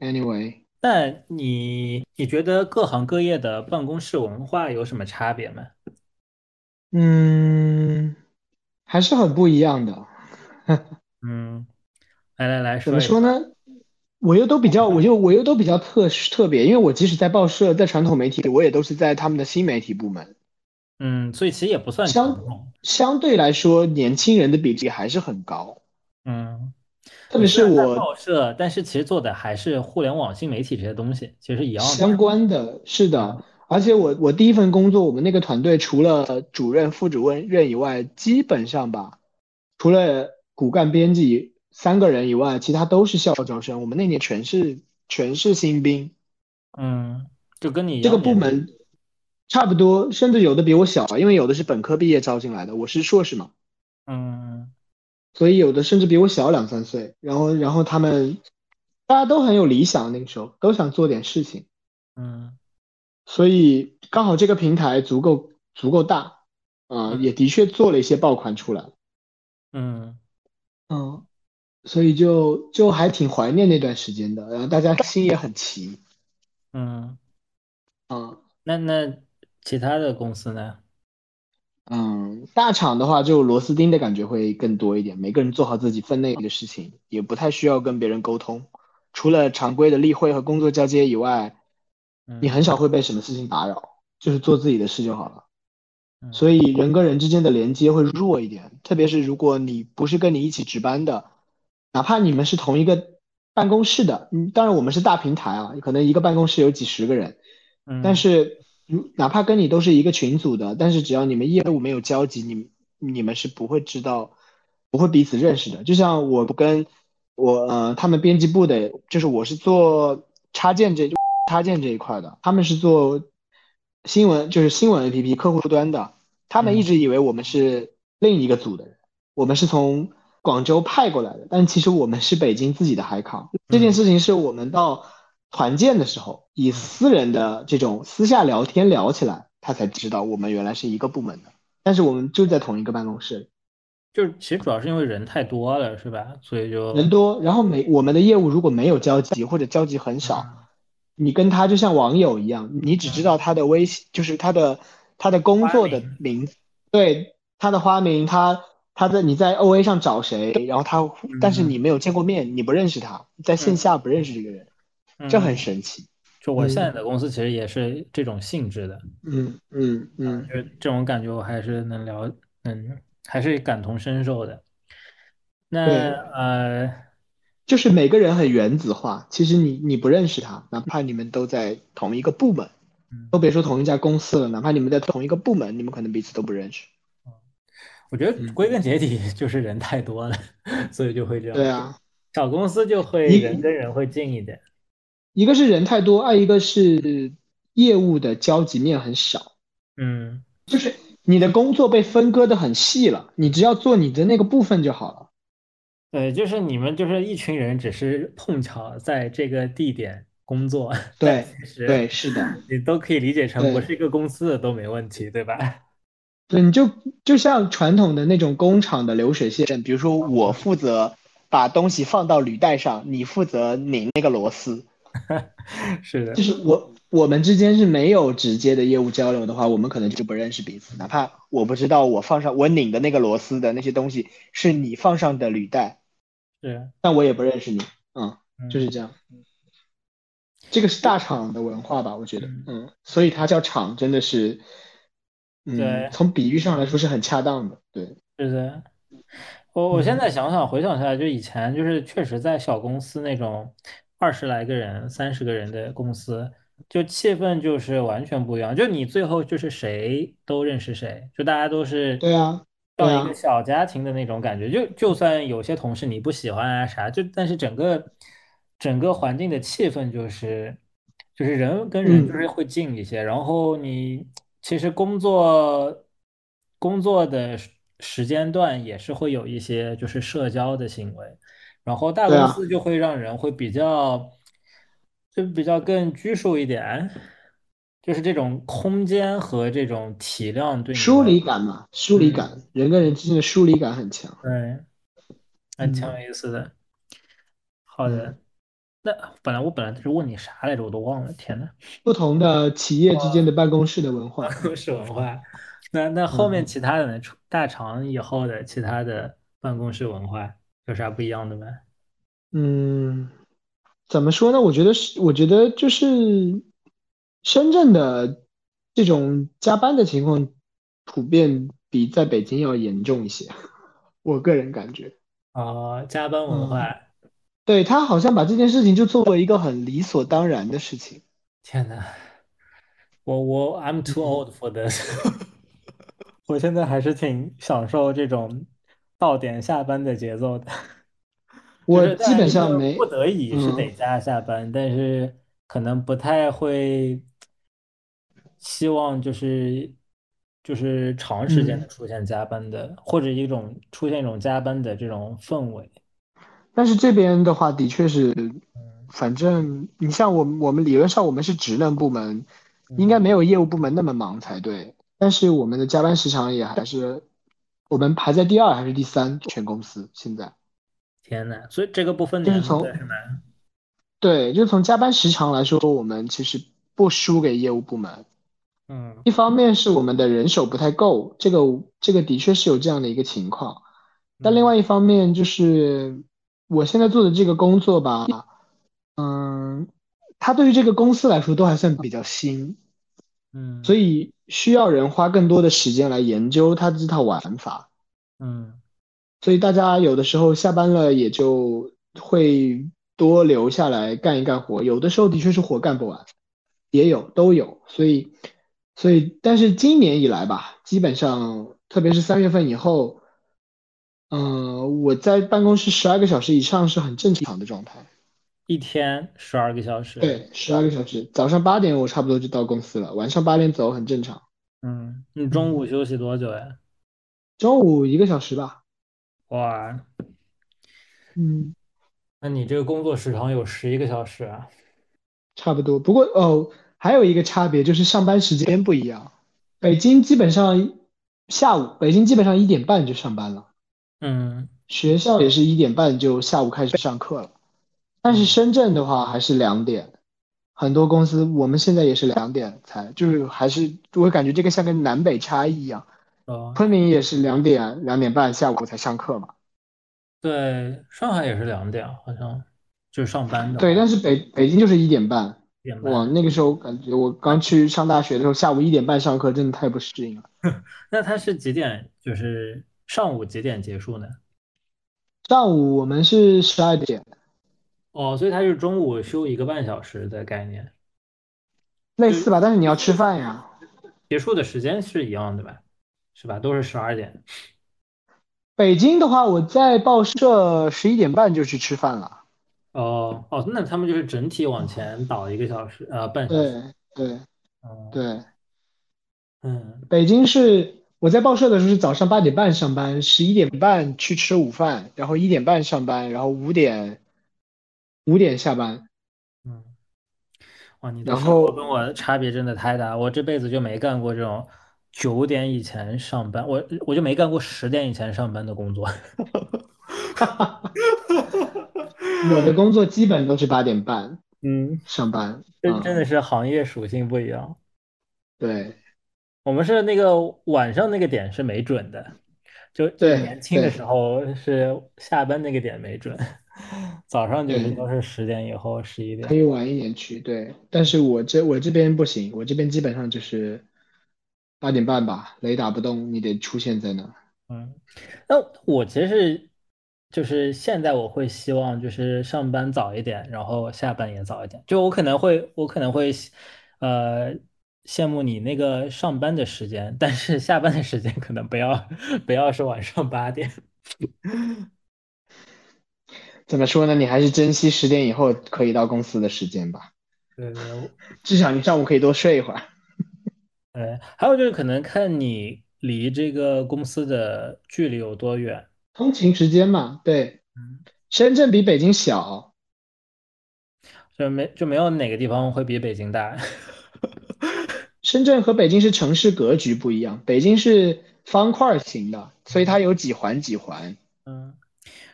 [SPEAKER 1] ，anyway。
[SPEAKER 3] 那你你觉得各行各业的办公室文化有什么差别吗？
[SPEAKER 1] 嗯，还是很不一样的。
[SPEAKER 3] 嗯，来来来
[SPEAKER 1] 怎
[SPEAKER 3] 说
[SPEAKER 1] 么
[SPEAKER 3] 一
[SPEAKER 1] 说
[SPEAKER 3] 下，
[SPEAKER 1] 呢？我又都比较，我就我又都比较特殊特别，因为我即使在报社，在传统媒体，我也都是在他们的新媒体部门。
[SPEAKER 3] 嗯，所以其实也不算
[SPEAKER 1] 相
[SPEAKER 3] 传统，
[SPEAKER 1] 相对来说，年轻人的比例还是很高，
[SPEAKER 3] 嗯，
[SPEAKER 1] 特别
[SPEAKER 3] 虽
[SPEAKER 1] 是
[SPEAKER 3] 然在
[SPEAKER 1] 我
[SPEAKER 3] 报社，但是其实做的还是互联网新媒体这些东西，其实一样的。
[SPEAKER 1] 相关的，是的。而且我我第一份工作，我们那个团队除了主任、副主任任以外，基本上吧，除了骨干编辑三个人以外，其他都是校招生。我们那年全是全是新兵。
[SPEAKER 3] 嗯，就跟你一
[SPEAKER 1] 这个
[SPEAKER 3] 样
[SPEAKER 1] 部
[SPEAKER 3] 也
[SPEAKER 1] 门差不多，甚至有的比我小，因为有的是本科毕业招进来的，我是硕士嘛，
[SPEAKER 3] 嗯
[SPEAKER 1] 所以有的甚至比我小两三岁。然后，然后他们大家都很有理想，那个时候都想做点事情，
[SPEAKER 3] 嗯
[SPEAKER 1] 所以刚好这个平台足够足够大，啊、
[SPEAKER 3] 嗯
[SPEAKER 1] 也的确做了一些爆款出来，
[SPEAKER 3] 嗯
[SPEAKER 1] 嗯，所以就就还挺怀念那段时间的，然后大家心也很齐，
[SPEAKER 3] 嗯，
[SPEAKER 1] 啊、
[SPEAKER 3] 那那其他的公司呢？
[SPEAKER 1] 嗯，大厂的话就螺丝钉的感觉会更多一点，每个人做好自己分内的事情，也不太需要跟别人沟通。除了常规的例会和工作交接以外，
[SPEAKER 3] 嗯
[SPEAKER 1] 你很少会被什么事情打扰，就是做自己的事就好了。所以人跟人之间的连接会弱一点，特别是如果你不是跟你一起值班的，哪怕你们是同一个办公室的，嗯，当然我们是大平台啊，可能一个办公室有几十个人，
[SPEAKER 3] 嗯，
[SPEAKER 1] 但是如哪怕跟你都是一个群组的，但是只要你们业务没有交集，你你们是不会知道，不会彼此认识的。就像我跟我呃他们编辑部的，就是我是做插件这插件这一块的，他们是做新闻，就是新闻 APP 客户端的，他们一直以为我们是另一个组的人，我们是从广州派过来的，但其实我们是北京自己的海康。这件事情是我们到。团建的时候，以私人的这种私下聊天聊起来，他才知道我们原来是一个部门的，但是我们就在同一个办公室里。
[SPEAKER 3] 就是其实主要是因为人太多了，是吧？所以就
[SPEAKER 1] 人多，然后每我们的业务如果没有交集或者交集很少，你跟他就像网友一样，你只知道他的微信，就是他的他的工作的
[SPEAKER 3] 花
[SPEAKER 1] 名字，对他的花名，他他在你在 O A 上找谁，然后他，但是你没有见过面，你不认识他，在线下不认识这个人，这很嗯
[SPEAKER 3] 嗯
[SPEAKER 1] 神奇。
[SPEAKER 3] 就我现在的公司其实也是这种性质的，
[SPEAKER 1] 嗯嗯嗯
[SPEAKER 3] 就是这种感觉我还是能了，嗯，还是感同身受的。那
[SPEAKER 1] 对
[SPEAKER 3] 呃，
[SPEAKER 1] 就是每个人很原子化，其实你你不认识他，哪怕你们都在同一个部门
[SPEAKER 3] 嗯，
[SPEAKER 1] 都别说同一家公司了，哪怕你们在同一个部门，你们可能彼此都不认识。
[SPEAKER 3] 我觉得归根结底 [laughs] 就是人太多了，所以就会这样。
[SPEAKER 1] 对，啊，
[SPEAKER 3] 小公司就会
[SPEAKER 1] 你
[SPEAKER 3] 人跟人会近一点。
[SPEAKER 1] 一个是人太多，二一个是业务的交集面很少，
[SPEAKER 3] 嗯
[SPEAKER 1] 就是你的工作被分割的很细了，你只要做你的那个部分就好了。
[SPEAKER 3] 对，就是你们就是一群人，只是碰巧在这个地点工作， [laughs]
[SPEAKER 1] 对
[SPEAKER 3] 但其实
[SPEAKER 1] 对，是的，
[SPEAKER 3] 你都可以理解成
[SPEAKER 1] 对
[SPEAKER 3] 不是一个公司的都没问题，对吧？ [laughs]
[SPEAKER 1] 对，你就就像传统的那种工厂的流水线，比如说我负责把东西放到履带上，你负责拧那个螺丝。
[SPEAKER 3] 是的
[SPEAKER 1] 就，是我我们之间是没有直接的业务交流的话，我们可能就不认识彼此。哪怕我不知道我放上我拧的那个螺丝的那些东西是你放上的履带，
[SPEAKER 3] 是，
[SPEAKER 1] 但我也不认识你。嗯，
[SPEAKER 3] 嗯
[SPEAKER 1] 就是这样。这个是大厂的文化吧，我觉得
[SPEAKER 3] 嗯，
[SPEAKER 1] 嗯，所以它叫厂，真的是，嗯
[SPEAKER 3] 对，
[SPEAKER 1] 从比喻上来说是很恰当的，对，
[SPEAKER 3] 是的，我我现
[SPEAKER 1] 嗯
[SPEAKER 3] 在想想回想下来，就以前就是确实在小公司那种二十来个人、三十个人的公司，就气氛就是完全不一样。就你最后就是谁都认识谁，就大家都是
[SPEAKER 1] 对啊，对
[SPEAKER 3] 像一
[SPEAKER 1] 啊
[SPEAKER 3] 个，小家庭的那种感觉。就就算有些同事你不喜欢啊啥，就但是整个整个环境的气氛就是就是人跟
[SPEAKER 1] 嗯
[SPEAKER 3] 人就是会近一些，然后你其实工作工作的时时间段也是会有一些就是社交的行为，然后大
[SPEAKER 1] 对
[SPEAKER 3] 公
[SPEAKER 1] 啊
[SPEAKER 3] 司就会让人会比较就比较更拘束一点。就是这种空间和这种体量对你
[SPEAKER 1] 疏
[SPEAKER 3] 的
[SPEAKER 1] 离感嘛，疏
[SPEAKER 3] 嗯
[SPEAKER 1] 离感，人跟人之间的疏离感很强。
[SPEAKER 3] 对，那挺
[SPEAKER 1] 嗯
[SPEAKER 3] 有意思的。好的，
[SPEAKER 1] 嗯
[SPEAKER 3] 那本来我本来是问你啥来着，我都忘了。天呐，
[SPEAKER 1] 不同的企业之间的办公室的
[SPEAKER 3] [laughs]
[SPEAKER 1] 文化，
[SPEAKER 3] 都 [laughs] 是文化。嗯那那后面其他的呢？出大厂以后的其他的办公室文化有啥不一样的吗？
[SPEAKER 1] 嗯，怎么说呢？我觉得是，我觉得就是深圳的这种加班的情况，普遍比在北京要严重一些。 [laughs] 我个人感觉，
[SPEAKER 3] 哦，加班文化，
[SPEAKER 1] 对，他好像把这件事情就作为一个很理所当然的事情。
[SPEAKER 3] 天呐，我我 I'm too
[SPEAKER 1] 嗯
[SPEAKER 3] old for this 。 [laughs] 我现在还是挺享受这种到点下班的节奏的。
[SPEAKER 1] 我
[SPEAKER 3] 就是
[SPEAKER 1] 基
[SPEAKER 3] 在
[SPEAKER 1] 本
[SPEAKER 3] 一
[SPEAKER 1] 上
[SPEAKER 3] 个
[SPEAKER 1] 没，
[SPEAKER 3] 不得已是
[SPEAKER 1] 嗯
[SPEAKER 3] 得加下班，但是可能不太会希望就是就是长时间的
[SPEAKER 1] 嗯
[SPEAKER 3] 出现加班的，或者一种出现一种加班的这种氛围。
[SPEAKER 1] 但是这边的话，的确是，
[SPEAKER 3] 嗯
[SPEAKER 1] 反正你像我们，我们理论上我们是职能部门，应该没有业务部门那么忙才对。但是我们的加班时长也还是，我们排在第二还是第三，全公司现在。
[SPEAKER 3] 天呐，所以这个不分
[SPEAKER 1] 就是
[SPEAKER 3] 年龄
[SPEAKER 1] 从
[SPEAKER 3] 的是吗？
[SPEAKER 1] 对，就从加班时长来说，我们其实不输给业务部门，
[SPEAKER 3] 嗯
[SPEAKER 1] 一方面是我们的人手不太够，这个这个的确是有这样的一个情况，但另外一方面就是我现在做的这个工作吧，嗯，它对于这个公司来说都还算比较新，
[SPEAKER 3] 嗯，
[SPEAKER 1] 所
[SPEAKER 3] 以
[SPEAKER 1] 以需要人花更多的时间来研究它这套玩法，
[SPEAKER 3] 嗯
[SPEAKER 1] 所以大家有的时候下班了也就会多留下来干一干活，有的时候的确是活干不完，也有都有，所以所以但是今年以来吧，基本上特别是三月份以后，嗯、我在办公室十二个小时以上是很正常的状态，
[SPEAKER 3] 一天十二个小时，，
[SPEAKER 1] 对，十二个小时，早上八点我差不多就到公司了，晚上八点走很正常，
[SPEAKER 3] 嗯，你中午休息多久呀？
[SPEAKER 1] 中午一个小时吧，
[SPEAKER 3] 哇，
[SPEAKER 1] 嗯。
[SPEAKER 3] 那你这个工作时长有十一个小时啊？
[SPEAKER 1] 差不多，不过哦，还有一个差别就是上班时间不一样。北京基本上下午，北京基本上一点半就上班了，
[SPEAKER 3] 嗯
[SPEAKER 1] 学校也是一点半就下午开始上课了。但是深圳的话还是两点，很多公司我们现在也是两点才，就是还是我感觉这个像跟南北差异一样。
[SPEAKER 3] 哦，
[SPEAKER 1] 昆明也是两点两点半下午才上课嘛，
[SPEAKER 3] 对，上海也是两点，好像就是上班的
[SPEAKER 1] 对，
[SPEAKER 3] 话
[SPEAKER 1] 但是北北京就是一点半。
[SPEAKER 3] 一点半。
[SPEAKER 1] 哇，那个时候感觉我刚去上大学的时候，下午一点半上课真的太不适应了。
[SPEAKER 3] 那它是几点？就是上午几点结束呢？
[SPEAKER 1] 上午我们是十二点，
[SPEAKER 3] 哦，所以它是中午休一个半小时的概念，
[SPEAKER 1] 类似吧，但是你要吃饭呀。
[SPEAKER 3] 结束的时间是一样的吧？是吧？都是十二点。
[SPEAKER 1] 北京的话，我在报社十一点半就去吃饭了。
[SPEAKER 3] 哦哦，那他们就是整体往前倒一个小时，呃，半小时。
[SPEAKER 1] 对对
[SPEAKER 3] 嗯
[SPEAKER 1] 对，
[SPEAKER 3] 嗯
[SPEAKER 1] 北京是我在报社的时候是早上八点半上班，十一点半去吃午饭，然后一点半上班，然后五点五点下班。
[SPEAKER 3] 嗯，哇，你的
[SPEAKER 1] 然
[SPEAKER 3] 生活
[SPEAKER 1] 后
[SPEAKER 3] 跟我的差别真的太大，我这辈子就没干过这种九点以前上班，我我就没干过十点以前上班的工作。
[SPEAKER 1] 我的工作基本都是八点半
[SPEAKER 3] 嗯，
[SPEAKER 1] 上班。
[SPEAKER 3] 真真
[SPEAKER 1] 嗯
[SPEAKER 3] 的是行业属性不一样。
[SPEAKER 1] 对
[SPEAKER 3] 我们是那个晚上那个点是没准的，就就
[SPEAKER 1] 对
[SPEAKER 3] 年轻的
[SPEAKER 1] 对
[SPEAKER 3] 时候是下班那个点没准， [laughs] 早上就是
[SPEAKER 1] 对
[SPEAKER 3] 都是十点以后十一
[SPEAKER 1] 可
[SPEAKER 3] 点。
[SPEAKER 1] 以晚一点去，对，但是我这我这边不行，我这边基本上就是八点半吧，雷打不动，你得出现在那儿。
[SPEAKER 3] 嗯，那我其实就是现在我会希望就是上班早一点，然后下班也早一点。就我可能会我可能会呃羡慕你那个上班的时间，但是下班的时间可能不要 [laughs] 不要是晚上八点。
[SPEAKER 1] 怎么说呢？你还是珍惜十点以后可以到公司的时间吧，
[SPEAKER 3] 对对，我
[SPEAKER 1] 至少你上午可以多睡一会儿。
[SPEAKER 3] 对，哎还有就是可能看你离这个公司的距离有多远。
[SPEAKER 1] 通勤时间嘛，对，
[SPEAKER 3] 嗯，
[SPEAKER 1] 深圳比北京小，
[SPEAKER 3] 就没就没有哪个地方会比北京大。 [laughs]
[SPEAKER 1] 深圳和北京是城市格局不一样，北京是方块型的，所以它有几环几环。
[SPEAKER 3] 嗯，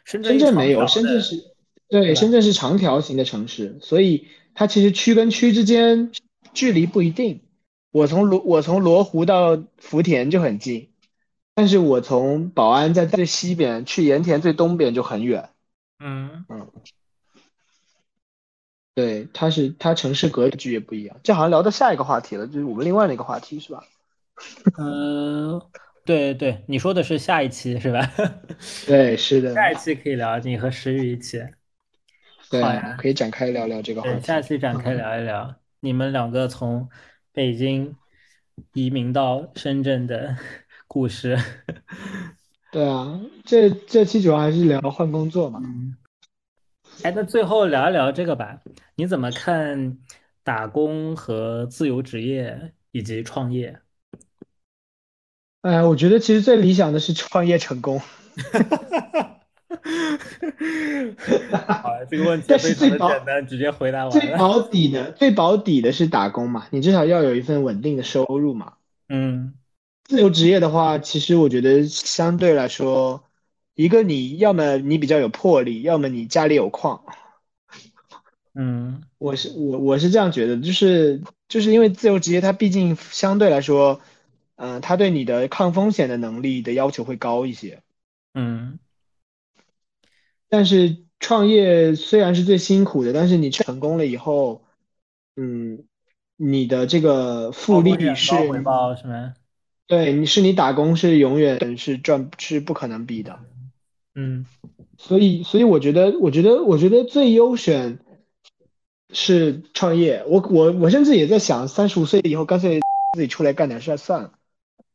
[SPEAKER 3] 深
[SPEAKER 1] 深
[SPEAKER 3] 圳一
[SPEAKER 1] 圳
[SPEAKER 3] 长
[SPEAKER 1] 没有，
[SPEAKER 3] 条
[SPEAKER 1] 深
[SPEAKER 3] 的
[SPEAKER 1] 圳是，对，
[SPEAKER 3] 吧
[SPEAKER 1] 深圳是长条形的城市，所以它其实区跟区之间距离不一定。我从罗我从罗湖到福田就很近，但是我从宝安在最西边去盐田最东边就很远。 [laughs]
[SPEAKER 3] 嗯
[SPEAKER 1] 对，它是它城市格局也不一样。这好像聊到下一个话题了，就是我们另外的一个话题是吧？
[SPEAKER 3] 呃，对对，你说的是下一期是吧？ [laughs]
[SPEAKER 1] 对，是的，
[SPEAKER 3] 下一期可以聊你和石宇一起，
[SPEAKER 1] 对啊
[SPEAKER 3] 好呀，
[SPEAKER 1] 可以展开聊聊这个话
[SPEAKER 3] 对，
[SPEAKER 1] 题。
[SPEAKER 3] 下期展开聊一聊你们两个从北京移民到深圳的故事。
[SPEAKER 1] 对啊，这这期主要还是聊换工作嘛。
[SPEAKER 3] 嗯，哎，那最后聊一聊这个吧，你怎么看打工和自由职业以及创业？
[SPEAKER 1] 哎，我觉得其实最理想的是创业成功。
[SPEAKER 2] 哎
[SPEAKER 3] 好，这个问题
[SPEAKER 1] 啊这
[SPEAKER 3] 非
[SPEAKER 1] 是
[SPEAKER 3] 常
[SPEAKER 1] 最
[SPEAKER 3] 的
[SPEAKER 1] 薄
[SPEAKER 3] 简单，直接回答完
[SPEAKER 1] 最
[SPEAKER 3] 了。
[SPEAKER 1] 保底的，最保底的是打工嘛，你至少要有一份稳定的收入嘛。
[SPEAKER 3] 嗯
[SPEAKER 1] 自由职业的话，其实我觉得相对来说，一个你要么你比较有魄力，要么你家里有矿。
[SPEAKER 3] 嗯
[SPEAKER 1] 我是我我是这样觉得，就是就是因为自由职业它毕竟相对来说，嗯、它对你的抗风险的能力的要求会高一些。
[SPEAKER 2] 嗯
[SPEAKER 1] 但是创业虽然是最辛苦的，但是你成功了以后，嗯，你的这个复利
[SPEAKER 2] 高风险
[SPEAKER 1] 是，
[SPEAKER 2] 高回报是吗？
[SPEAKER 1] 对，你是你打工是永远是赚是不可能比的。
[SPEAKER 2] 嗯
[SPEAKER 1] 所以，所以我觉得，我觉得，我觉得最优选是创业。我我我甚至也在想，三十五岁以后干脆自己出来干点事儿算了。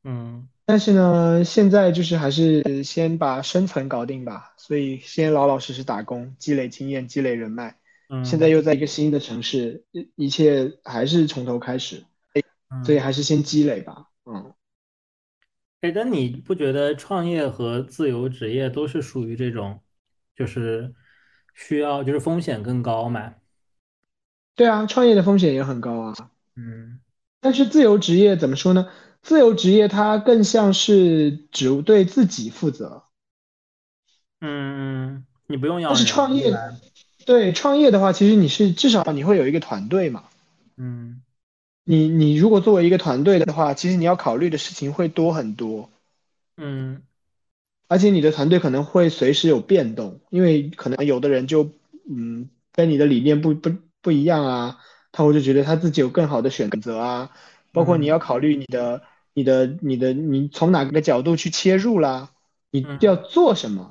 [SPEAKER 2] 嗯
[SPEAKER 1] 但是呢，现在就是还是先把生存搞定吧，所以先老老实实打工，积累经验，积累人脉。
[SPEAKER 2] 嗯，
[SPEAKER 1] 现在又在一个新的城市，一一切还是从头开始，
[SPEAKER 2] 嗯
[SPEAKER 1] 所以还是先积累吧。嗯，
[SPEAKER 2] 哎，但你不觉得创业和自由职业都是属于这种，就是需要就是风险更高嘛？
[SPEAKER 1] 对啊，创业的风险也很高啊。
[SPEAKER 2] 嗯
[SPEAKER 1] 但是自由职业怎么说呢？自由职业它更像是只对自己负责，
[SPEAKER 2] 嗯，你不用要
[SPEAKER 1] 但是
[SPEAKER 2] 人
[SPEAKER 1] 创业
[SPEAKER 2] 对吧，
[SPEAKER 1] 对创业的话，其实你是至少你会有一个团队嘛。
[SPEAKER 2] 嗯
[SPEAKER 1] 你你如果作为一个团队的话，其实你要考虑的事情会多很多，
[SPEAKER 2] 嗯
[SPEAKER 1] 而且你的团队可能会随时有变动，因为可能有的人就嗯跟你的理念不不不一样啊，他会就觉得他自己有更好的选择啊，包括
[SPEAKER 2] 嗯
[SPEAKER 1] 你要考虑你的你的你的你从哪个角度去切入啦，你
[SPEAKER 2] 嗯
[SPEAKER 1] 要做什么。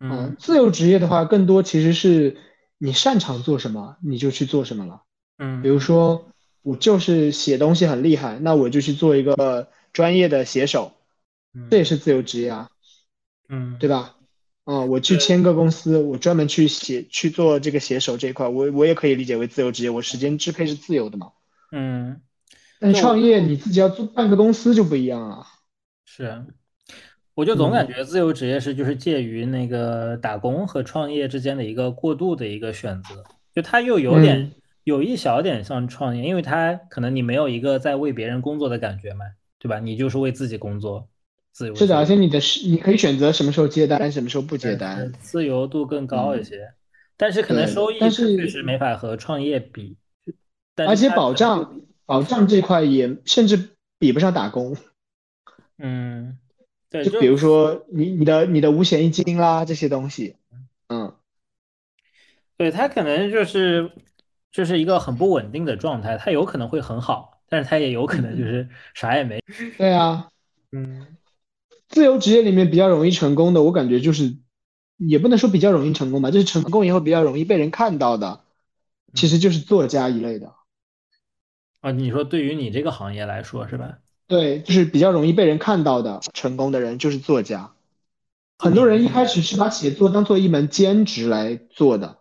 [SPEAKER 1] 嗯
[SPEAKER 2] 嗯，
[SPEAKER 1] 自由职业的话，更多其实是你擅长做什么，你就去做什么了。
[SPEAKER 2] 嗯，
[SPEAKER 1] 比如说，我就是写东西很厉害，那我就去做一个专业的写手，
[SPEAKER 2] 嗯
[SPEAKER 1] 这也是自由职业啊，
[SPEAKER 2] 嗯
[SPEAKER 1] 对吧？啊、我去签个公司，我专门去写去做这个写手这一块，我我也可以理解为自由职业，我时间支配是自由的嘛。
[SPEAKER 2] 嗯。
[SPEAKER 1] 但
[SPEAKER 2] 对
[SPEAKER 1] 创业你自己要做办个公司就不一样了。
[SPEAKER 2] 是，我就总感
[SPEAKER 1] 嗯
[SPEAKER 2] 觉自由职业是就是介于那个打工和创业之间的一个过渡的一个选择，就它又有点
[SPEAKER 1] 嗯
[SPEAKER 2] 有一小点像创业，因为它可能你没有一个在为别人工作的感觉嘛，对吧？你就是为自己工作，自由
[SPEAKER 1] 是
[SPEAKER 2] 职
[SPEAKER 1] 的，而
[SPEAKER 2] 业
[SPEAKER 1] 且你的时你可以选择什么时候接单，什么时候不接
[SPEAKER 2] 对
[SPEAKER 1] 单。
[SPEAKER 2] 是自由度更高一
[SPEAKER 1] 嗯
[SPEAKER 2] 些，但是可能
[SPEAKER 1] 对
[SPEAKER 2] 收益
[SPEAKER 1] 但
[SPEAKER 2] 确
[SPEAKER 1] 是
[SPEAKER 2] 实没法和创业比，但
[SPEAKER 1] 而
[SPEAKER 2] 是
[SPEAKER 1] 且
[SPEAKER 2] 它
[SPEAKER 1] 保
[SPEAKER 2] 可能
[SPEAKER 1] 障保障这块也甚至比不上打工，
[SPEAKER 2] 嗯，对，
[SPEAKER 1] 就
[SPEAKER 2] 就
[SPEAKER 1] 比如说你你的你的五险一金啦这些东西，嗯，
[SPEAKER 2] 对，它可能就是就是一个很不稳定的状态，它有可能会很好，但是它也有可能
[SPEAKER 1] 嗯
[SPEAKER 2] 就是啥也没。
[SPEAKER 1] 对啊，
[SPEAKER 2] 嗯
[SPEAKER 1] 自由职业里面比较容易成功的，我感觉就是也不能说比较容易成功吧，就是成功以后比较容易被人看到的，其实就是作家一类的，
[SPEAKER 2] 啊，你说对于你这个行业来说是吧？
[SPEAKER 1] 对，就是比较容易被人看到的成功的人就是作家，很多人一开始是把写作当做一门兼职来做的，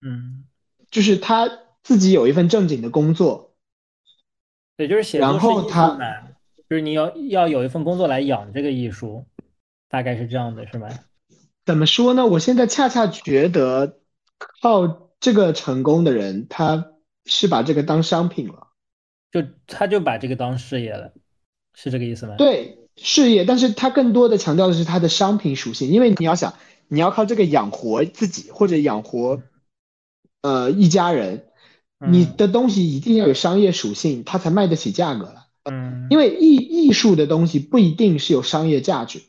[SPEAKER 2] 嗯，
[SPEAKER 1] 就是他自己有一份正经的工作。
[SPEAKER 2] 对，就是写
[SPEAKER 1] 然
[SPEAKER 2] 作是
[SPEAKER 1] 后
[SPEAKER 2] 艺术
[SPEAKER 1] 它
[SPEAKER 2] 嘛，就是你要要有一份工作来养这个艺术，大概是这样的，是吧？
[SPEAKER 1] 怎么说呢？我现在恰恰觉得，靠这个成功的人，他是把这个当商品了，
[SPEAKER 2] 就他就把这个当事业了，是这个意思吗？
[SPEAKER 1] 对事业，但是他更多的强调的是他的商品属性，因为你要想，你要靠这个养活自己或者养活，呃，一家人，你
[SPEAKER 2] 嗯
[SPEAKER 1] 的东西一定要有商业属性，它才卖得起价格了。
[SPEAKER 2] 嗯，
[SPEAKER 1] 因为艺艺术的东西不一定是有商业价值，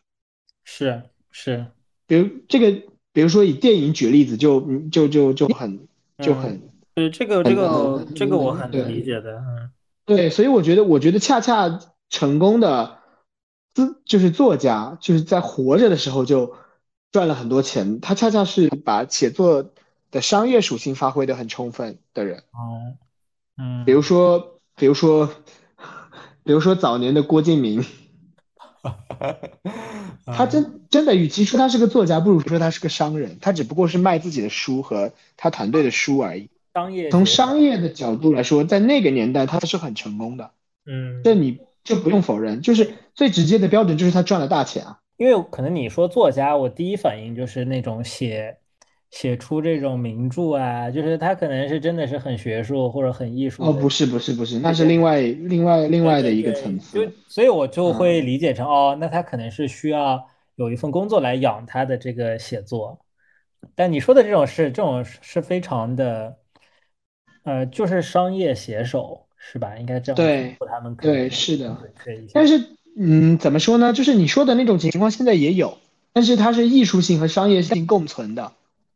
[SPEAKER 2] 是是，
[SPEAKER 1] 比如这个，比如说以电影举例子就，就就就很就
[SPEAKER 2] 嗯
[SPEAKER 1] 很。
[SPEAKER 2] 对这个这个我
[SPEAKER 1] 嗯
[SPEAKER 2] 这个我很
[SPEAKER 1] 对
[SPEAKER 2] 理解的，嗯
[SPEAKER 1] 对，所以我觉得，我觉得恰恰成功的自就是作家，就是在活着的时候就赚了很多钱，他恰恰是把写作的商业属性发挥得很充分的人。
[SPEAKER 2] 哦嗯，
[SPEAKER 1] 比如说，比如说，比如说早年的郭敬明，他真真的，与其说他是个作家，不如说他是个商人，他只不过是卖自己的书和他团队的书而已。
[SPEAKER 2] 商业
[SPEAKER 1] 从
[SPEAKER 2] 结
[SPEAKER 1] 商业的角度来说，在那个年代他是很成功的。
[SPEAKER 2] 嗯，
[SPEAKER 1] 这你就不用否认，就是最直接的标准就是他赚了大钱啊。
[SPEAKER 2] 因为可能你说作家，我第一反应就是那种写写出这种名著啊，就是他可能是真的是很学术或者很艺术
[SPEAKER 1] 哦，
[SPEAKER 2] 的
[SPEAKER 1] 不是不是不是，那是另外另外另外的一个层
[SPEAKER 2] 就
[SPEAKER 1] 次。
[SPEAKER 2] 所以我
[SPEAKER 1] 嗯
[SPEAKER 2] 就会理解成哦，那他可能是需要有一份工作来养他的这个写作。但你说呃的这种是这种是是非常的，呃，就是商业写手，是吧？应该这样
[SPEAKER 1] 对
[SPEAKER 2] 说，他们可
[SPEAKER 1] 对
[SPEAKER 2] 能
[SPEAKER 1] 是的
[SPEAKER 2] 会这一些
[SPEAKER 1] 但是，嗯，怎么说呢？就是你说的那种情况，现在也有，但是它是艺术性和商业性共存的。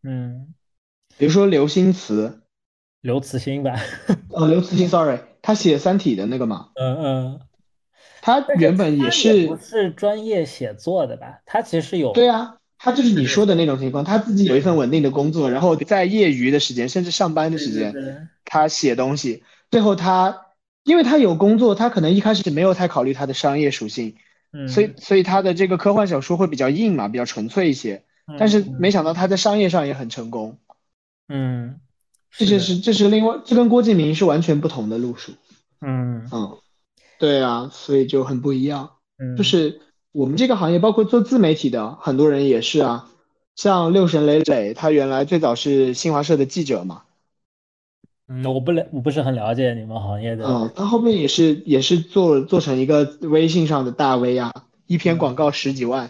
[SPEAKER 2] 嗯，
[SPEAKER 1] 比如说刘星驰，
[SPEAKER 2] 刘慈
[SPEAKER 1] [laughs]
[SPEAKER 2] 欣吧，
[SPEAKER 1] 呃，刘慈欣，sorry，他写《三体》的那个嘛，
[SPEAKER 2] 嗯嗯，
[SPEAKER 1] 他原本
[SPEAKER 2] 他
[SPEAKER 1] 也
[SPEAKER 2] 也
[SPEAKER 1] 是，
[SPEAKER 2] 不是专业写作的吧？他其实有
[SPEAKER 1] 对啊，他就是你说的那种情况，他自己有一份稳定的工作，然后在业余的时间，甚至上班的
[SPEAKER 2] 对
[SPEAKER 1] 时
[SPEAKER 2] 对
[SPEAKER 1] 间，
[SPEAKER 2] 对
[SPEAKER 1] 他写东西，最后他，因为他有工作，他可能一开始没有太考虑他的商业属性，
[SPEAKER 2] 嗯，
[SPEAKER 1] 所以所以他的这个科幻小说会比较硬嘛，比较纯粹一些，
[SPEAKER 2] 嗯
[SPEAKER 1] 但是没想到他在商业上也很成功，
[SPEAKER 2] 嗯，
[SPEAKER 1] 这
[SPEAKER 2] 的
[SPEAKER 1] 就是这是另外这跟郭敬明是完全不同的路数，
[SPEAKER 2] 嗯
[SPEAKER 1] 嗯，对啊，所以就很不一样。
[SPEAKER 2] 嗯，
[SPEAKER 1] 就是我们这个行业，包括做自媒体的，很多人也是啊。像六神磊磊，他原来最早是新华社的记者嘛，
[SPEAKER 2] 嗯，我不了，我不是很了解你们行业的，
[SPEAKER 1] 嗯，他后面也是也是做做成一个微信上的大 V 啊，一篇广告十几万，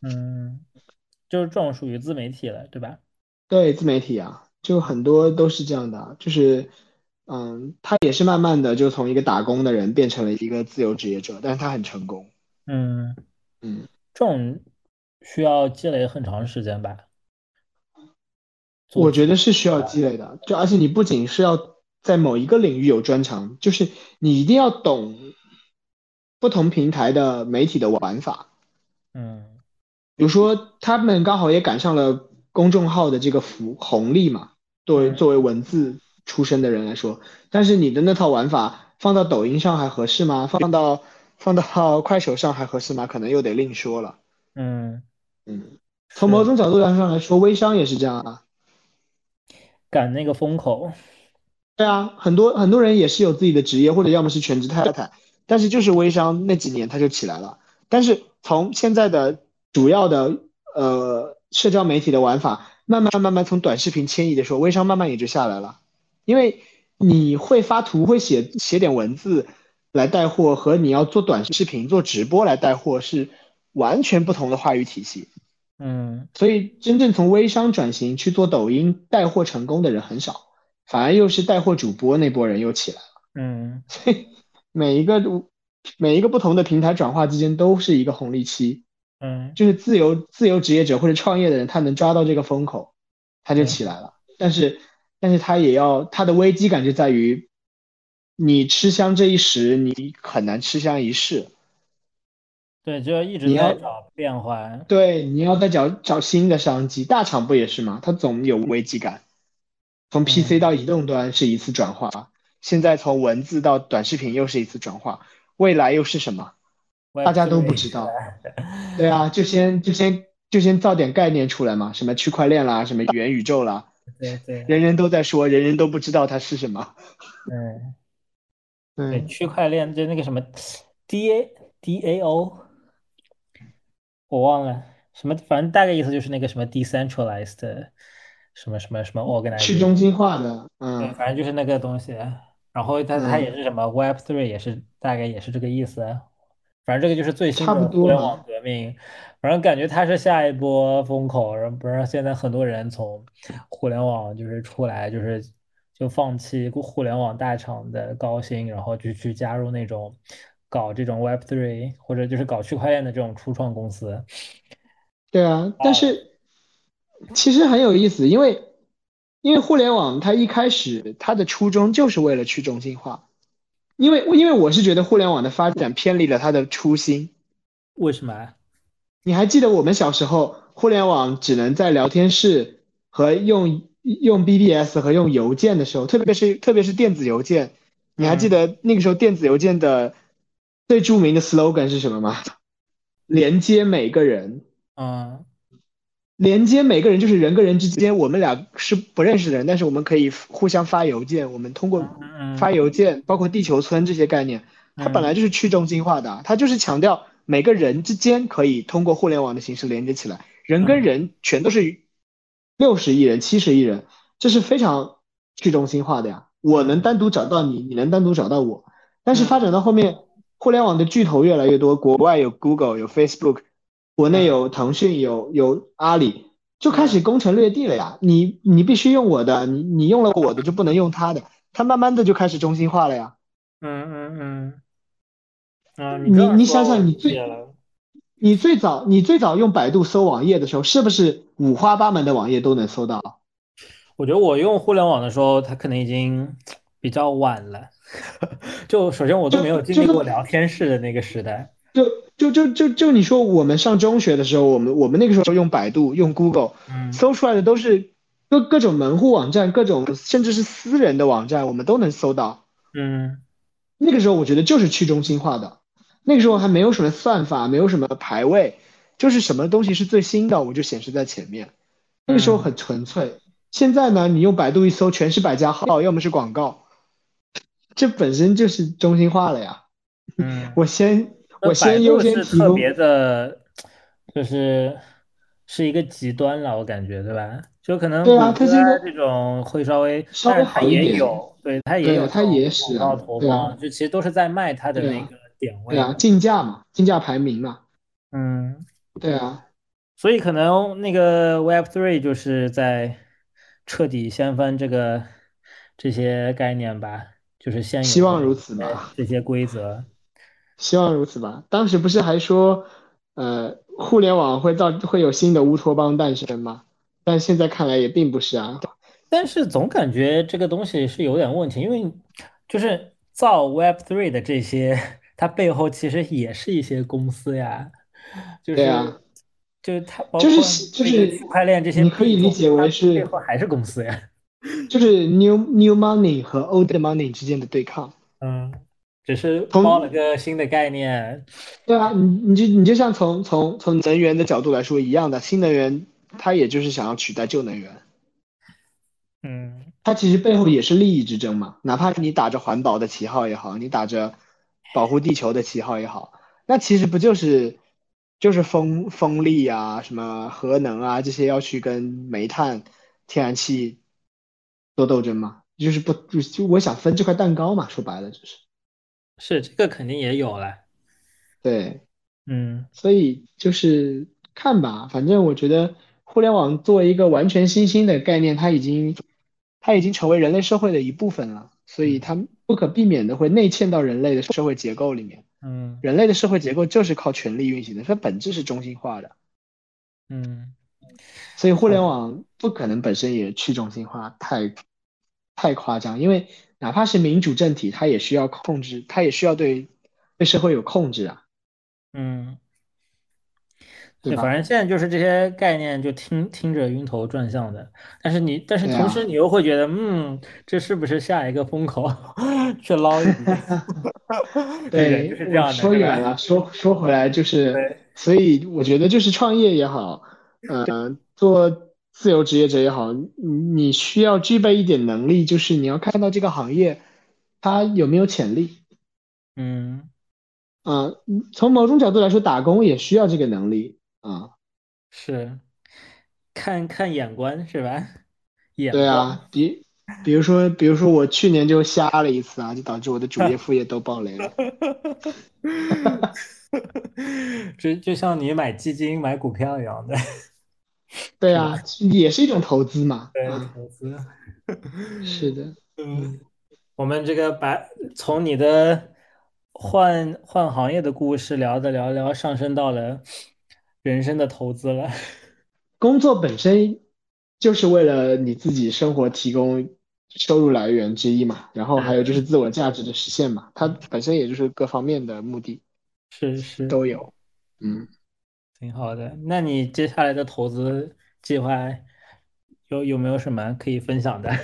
[SPEAKER 2] 嗯，就是这种属于自媒体了，对吧？
[SPEAKER 1] 对，自媒体啊，就很多都是这样的啊，就是，嗯，他也是慢慢的就从一个打工的人变成了一个自由职业者，但是他很成功，
[SPEAKER 2] 嗯，
[SPEAKER 1] 嗯，
[SPEAKER 2] 这种需要积累很长时间吧？做
[SPEAKER 1] 我觉得是需要积累的，就而且你不仅是要在某一个领域有专长，就是你一定要懂不同平台的媒体的玩法。
[SPEAKER 2] 嗯
[SPEAKER 1] 比如说，他们刚好也赶上了公众号的这个福红利嘛，作为
[SPEAKER 2] 嗯
[SPEAKER 1] 作为文字出身的人来说，但是你的那套玩法放到抖音上还合适吗？放到放到 [laughs] 快手上还合适吗？可能又得另说了。
[SPEAKER 2] 嗯，
[SPEAKER 1] 嗯，从某种角度上来说，微商也是这样啊。
[SPEAKER 2] 赶那个风口，
[SPEAKER 1] 对啊，很多很多人也是有自己的职业，或者要么是全职太太，但是就是微商那几年他就起来了。但是从现在的主要的呃社交媒体的玩法，慢慢慢慢从短视频迁移的时候，微商慢慢也就下来了，因为你会发图，会写写点文字来带货，和你要做短视频、做直播来带货是完全不同的话语体系。
[SPEAKER 2] 嗯
[SPEAKER 1] 所以真正从微商转型去做抖音带货成功的人很少，反而又是带货主播那波人又起来了。
[SPEAKER 2] 嗯
[SPEAKER 1] 每一个每一个不同的平台转化之间都是一个红利期，
[SPEAKER 2] 嗯
[SPEAKER 1] 就是自由自由职业者或者创业的人，他能抓到这个风口，他就起来了。但是但是他也要他的危机感就在于，你吃香这一时，你很难吃香一世。
[SPEAKER 2] 对，就一直
[SPEAKER 1] 你
[SPEAKER 2] 在
[SPEAKER 1] 要
[SPEAKER 2] 找变化，
[SPEAKER 1] 对，你要再找找新的商机。大厂不也是吗？它总有危机感。
[SPEAKER 2] 嗯
[SPEAKER 1] 从 PC 到移动端是一次转化，现在从文字到短视频又是一次转化，未来又是什么？
[SPEAKER 2] 我也
[SPEAKER 1] 大家都不
[SPEAKER 2] 明
[SPEAKER 1] 知道
[SPEAKER 2] 白。
[SPEAKER 1] 对啊，就先就先就先造点概念出来嘛，什么区块链啦，什么元宇宙啦，
[SPEAKER 2] 对对，
[SPEAKER 1] 人人都在说，人人都不知道它是什么。嗯
[SPEAKER 2] 嗯，对，
[SPEAKER 1] 对，
[SPEAKER 2] 区块链就那个什么 D A D A O，我忘了什么，反正大概意思就是那个什么 decentralized，什么什么什么 organization，
[SPEAKER 1] 去中心化的，
[SPEAKER 2] 对，
[SPEAKER 1] 嗯，
[SPEAKER 2] 反正就是那个东西。啊然后它它也是什么 Web Three，也是大概也是这个意思。啊反正这个就是最新
[SPEAKER 1] 差不
[SPEAKER 2] 的互
[SPEAKER 1] 多
[SPEAKER 2] 联
[SPEAKER 1] 吧
[SPEAKER 2] 网革命，反正感觉它是下一波风口。然后不是现在很多人从互联网就是出来，就是就放弃互联网大厂的高薪，然后就去加入那种搞这种 Web Three 或者就是搞区块链的这种初创公司。
[SPEAKER 1] 对啊，但是其实很有意思，因为因为互联网它一开始它的初衷就是为了去中心化，因为因为我是觉得互联网的发展偏离了它的初心。
[SPEAKER 2] 为什么啊？
[SPEAKER 1] 你还记得我们小时候，互联网只能在聊天室和用用 BBS 和用邮件的时候，特别是特别是电子邮件，你还记得那个时候电子邮件的最著名的 slogan 是什么吗？连接每个人，
[SPEAKER 2] 嗯
[SPEAKER 1] 连接每个人就是人跟人之间，我们俩是不认识的人，但是我们可以互相发邮件，我们通过
[SPEAKER 2] 嗯
[SPEAKER 1] 发邮件，包括地球村这些概念，它本来就是去中心化的啊，它就是强调每个人之间可以通过互联网的形式连接起来，人
[SPEAKER 2] 嗯
[SPEAKER 1] 跟人全都是六十亿人、七十亿人，这是非常去中心化的呀。我能单独找到你，你能单独找到我，但是发展到后面，互联网的巨头越来越多，国外有 Google 有 Facebook，国内有腾讯有有阿里，就开始攻城略地了呀。你你必须用我的，你你用了我的就不能用他的，它慢慢的就开始中心化了呀。
[SPEAKER 2] 嗯嗯嗯，啊，
[SPEAKER 1] 你
[SPEAKER 2] 这样
[SPEAKER 1] 你
[SPEAKER 2] 说
[SPEAKER 1] 想想
[SPEAKER 2] 我
[SPEAKER 1] 你
[SPEAKER 2] 理
[SPEAKER 1] 最
[SPEAKER 2] 解了
[SPEAKER 1] 你最早你最早用百度搜网页的时候，是不是五花八门的网页都能搜到？
[SPEAKER 2] 我觉得我用互联网的时候，它可能已经比较晚了。 [laughs] 就首先我都没有经历过聊天室的那个时代。
[SPEAKER 1] 就就就就就你说我们上中学的时候，我们我们那个时候用百度、用 Google
[SPEAKER 2] 嗯
[SPEAKER 1] 搜出来的都是各各种门户网站、各种甚至是私人的网站，我们都能搜到。
[SPEAKER 2] 嗯
[SPEAKER 1] 那个时候我觉得就是去中心化的，那个时候还没有什么算法，没有什么排位，就是什么东西是最新的，我就显示在前面。那个时候很纯粹。现在呢，你用百度一搜，全是百家号，要么是广告，这本身就是中心化了呀。
[SPEAKER 2] 嗯，
[SPEAKER 1] 我先我
[SPEAKER 2] 那百
[SPEAKER 1] 先
[SPEAKER 2] 度
[SPEAKER 1] 优先
[SPEAKER 2] 是
[SPEAKER 1] 提
[SPEAKER 2] 特
[SPEAKER 1] 供，
[SPEAKER 2] 别的，就是是一个极端了，我感觉对吧？就可能
[SPEAKER 1] 对啊
[SPEAKER 2] 谷
[SPEAKER 1] 它
[SPEAKER 2] 歌
[SPEAKER 1] 现在
[SPEAKER 2] 这种会稍微，
[SPEAKER 1] 稍微
[SPEAKER 2] 但是它
[SPEAKER 1] 好一
[SPEAKER 2] 也
[SPEAKER 1] 点
[SPEAKER 2] 有，对，它也
[SPEAKER 1] 对
[SPEAKER 2] 有
[SPEAKER 1] 它
[SPEAKER 2] 这种
[SPEAKER 1] 也是啊
[SPEAKER 2] 广告投
[SPEAKER 1] 对啊
[SPEAKER 2] 放，就其实都是在卖它的
[SPEAKER 1] 对
[SPEAKER 2] 那
[SPEAKER 1] 啊
[SPEAKER 2] 个点位
[SPEAKER 1] 对啊，
[SPEAKER 2] 的。
[SPEAKER 1] 竞价嘛，竞价排名嘛，
[SPEAKER 2] 嗯。
[SPEAKER 1] 对啊，
[SPEAKER 2] 所以可能那个 Web Three 就是在彻底掀翻这个这些概念吧，就是现有
[SPEAKER 1] 希望
[SPEAKER 2] 的
[SPEAKER 1] 如此吧，
[SPEAKER 2] 这些规则。
[SPEAKER 1] 希望如此吧。当时不是还说，呃，互联网会到会有新的乌托邦诞生吗？但现在看来也并不是啊。
[SPEAKER 2] 但是总感觉这个东西是有点问题，因为就是造 Web Three 的这些，它背后其实也是一些公司呀，就
[SPEAKER 1] 对
[SPEAKER 2] 是
[SPEAKER 1] 啊
[SPEAKER 2] 就是它包括
[SPEAKER 1] 就是就
[SPEAKER 2] 那个
[SPEAKER 1] 是
[SPEAKER 2] 区块链这些
[SPEAKER 1] 你
[SPEAKER 2] 品种，
[SPEAKER 1] 可以理解为
[SPEAKER 2] 它
[SPEAKER 1] 是
[SPEAKER 2] 背后还是公司呀，
[SPEAKER 1] 就是 new new money 和 old money 之间的对抗。
[SPEAKER 2] 嗯，只是
[SPEAKER 1] 从
[SPEAKER 2] 包了个新的概念，
[SPEAKER 1] 对啊，你你就你就像从从从能源的角度来说一样的，新能源它也就是想要取代旧能源，
[SPEAKER 2] 嗯。
[SPEAKER 1] 它其实背后也是利益之争嘛。哪怕你打着环保的旗号也好，你打着保护地球的旗号也好，那其实不就是就是风风力啊、什么核能啊这些要去跟煤炭、天然气做斗争嘛？就是不就就我想分这块蛋糕嘛，说白了就是
[SPEAKER 2] 是，这个肯定也有了。
[SPEAKER 1] 对。
[SPEAKER 2] 嗯
[SPEAKER 1] 所以就是看吧，反正我觉得互联网作为一个完全新兴的概念，它已经它已经成为人类社会的一部分了，所以它不可避免的会内嵌到人类的社会结构里面。
[SPEAKER 2] 嗯
[SPEAKER 1] 人类的社会结构就是靠权力运行的，它本质是中心化的，
[SPEAKER 2] 嗯，
[SPEAKER 1] 所以互联网不可能本身也去中心化，太太夸张，因为哪怕是民主政体，它也需要控制，它也需要对对社会有控制啊，
[SPEAKER 2] 嗯，
[SPEAKER 1] 对
[SPEAKER 2] 对，
[SPEAKER 1] 吧
[SPEAKER 2] 反正现在就是这些概念，就听听着晕头转向的。但是你，但是
[SPEAKER 1] 对
[SPEAKER 2] 同
[SPEAKER 1] 啊
[SPEAKER 2] 时你又会觉得，嗯，这是不是下一个风口 [laughs] 去捞一
[SPEAKER 1] [laughs]
[SPEAKER 2] 笔？
[SPEAKER 1] 对，
[SPEAKER 2] 就是
[SPEAKER 1] 我
[SPEAKER 2] 这样的，
[SPEAKER 1] 说
[SPEAKER 2] [laughs] 对
[SPEAKER 1] 远
[SPEAKER 2] 吧
[SPEAKER 1] 了，说说回来就是
[SPEAKER 2] 对，
[SPEAKER 1] 所以我觉得就是创业也好，呃，做自由职业者也好，你你需要具备一点能力，就是你要看到这个行业它有没有潜力
[SPEAKER 2] 嗯
[SPEAKER 1] 啊。嗯从某种角度来说，打工也需要这个能力啊。
[SPEAKER 2] 是，看看眼光是吧？眼
[SPEAKER 1] 对
[SPEAKER 2] 光，
[SPEAKER 1] 啊，比比如说，比如说我去年就瞎了一次啊，就导致我的主业副业都爆雷
[SPEAKER 2] [laughs]
[SPEAKER 1] 了。
[SPEAKER 2] [laughs] 就就像你买基金、买股票一样的。 [laughs]
[SPEAKER 1] 对啊，也是一种投资嘛。
[SPEAKER 2] 对，
[SPEAKER 1] 啊，
[SPEAKER 2] 投资。
[SPEAKER 1] 是的。
[SPEAKER 2] 嗯，我们这个把从你的换换行业的故事聊的聊聊，上升到了人生的投资了。 [laughs]
[SPEAKER 1] 工作本身就是为了你自己生活提供收入来源之一嘛，然后还有就是自我价值的实现嘛，它本身也就是各方面的目的
[SPEAKER 2] 是是，
[SPEAKER 1] 都有。嗯，
[SPEAKER 2] 挺好的。那你接下来的投资计划有有没有什么可以分享的？ [laughs]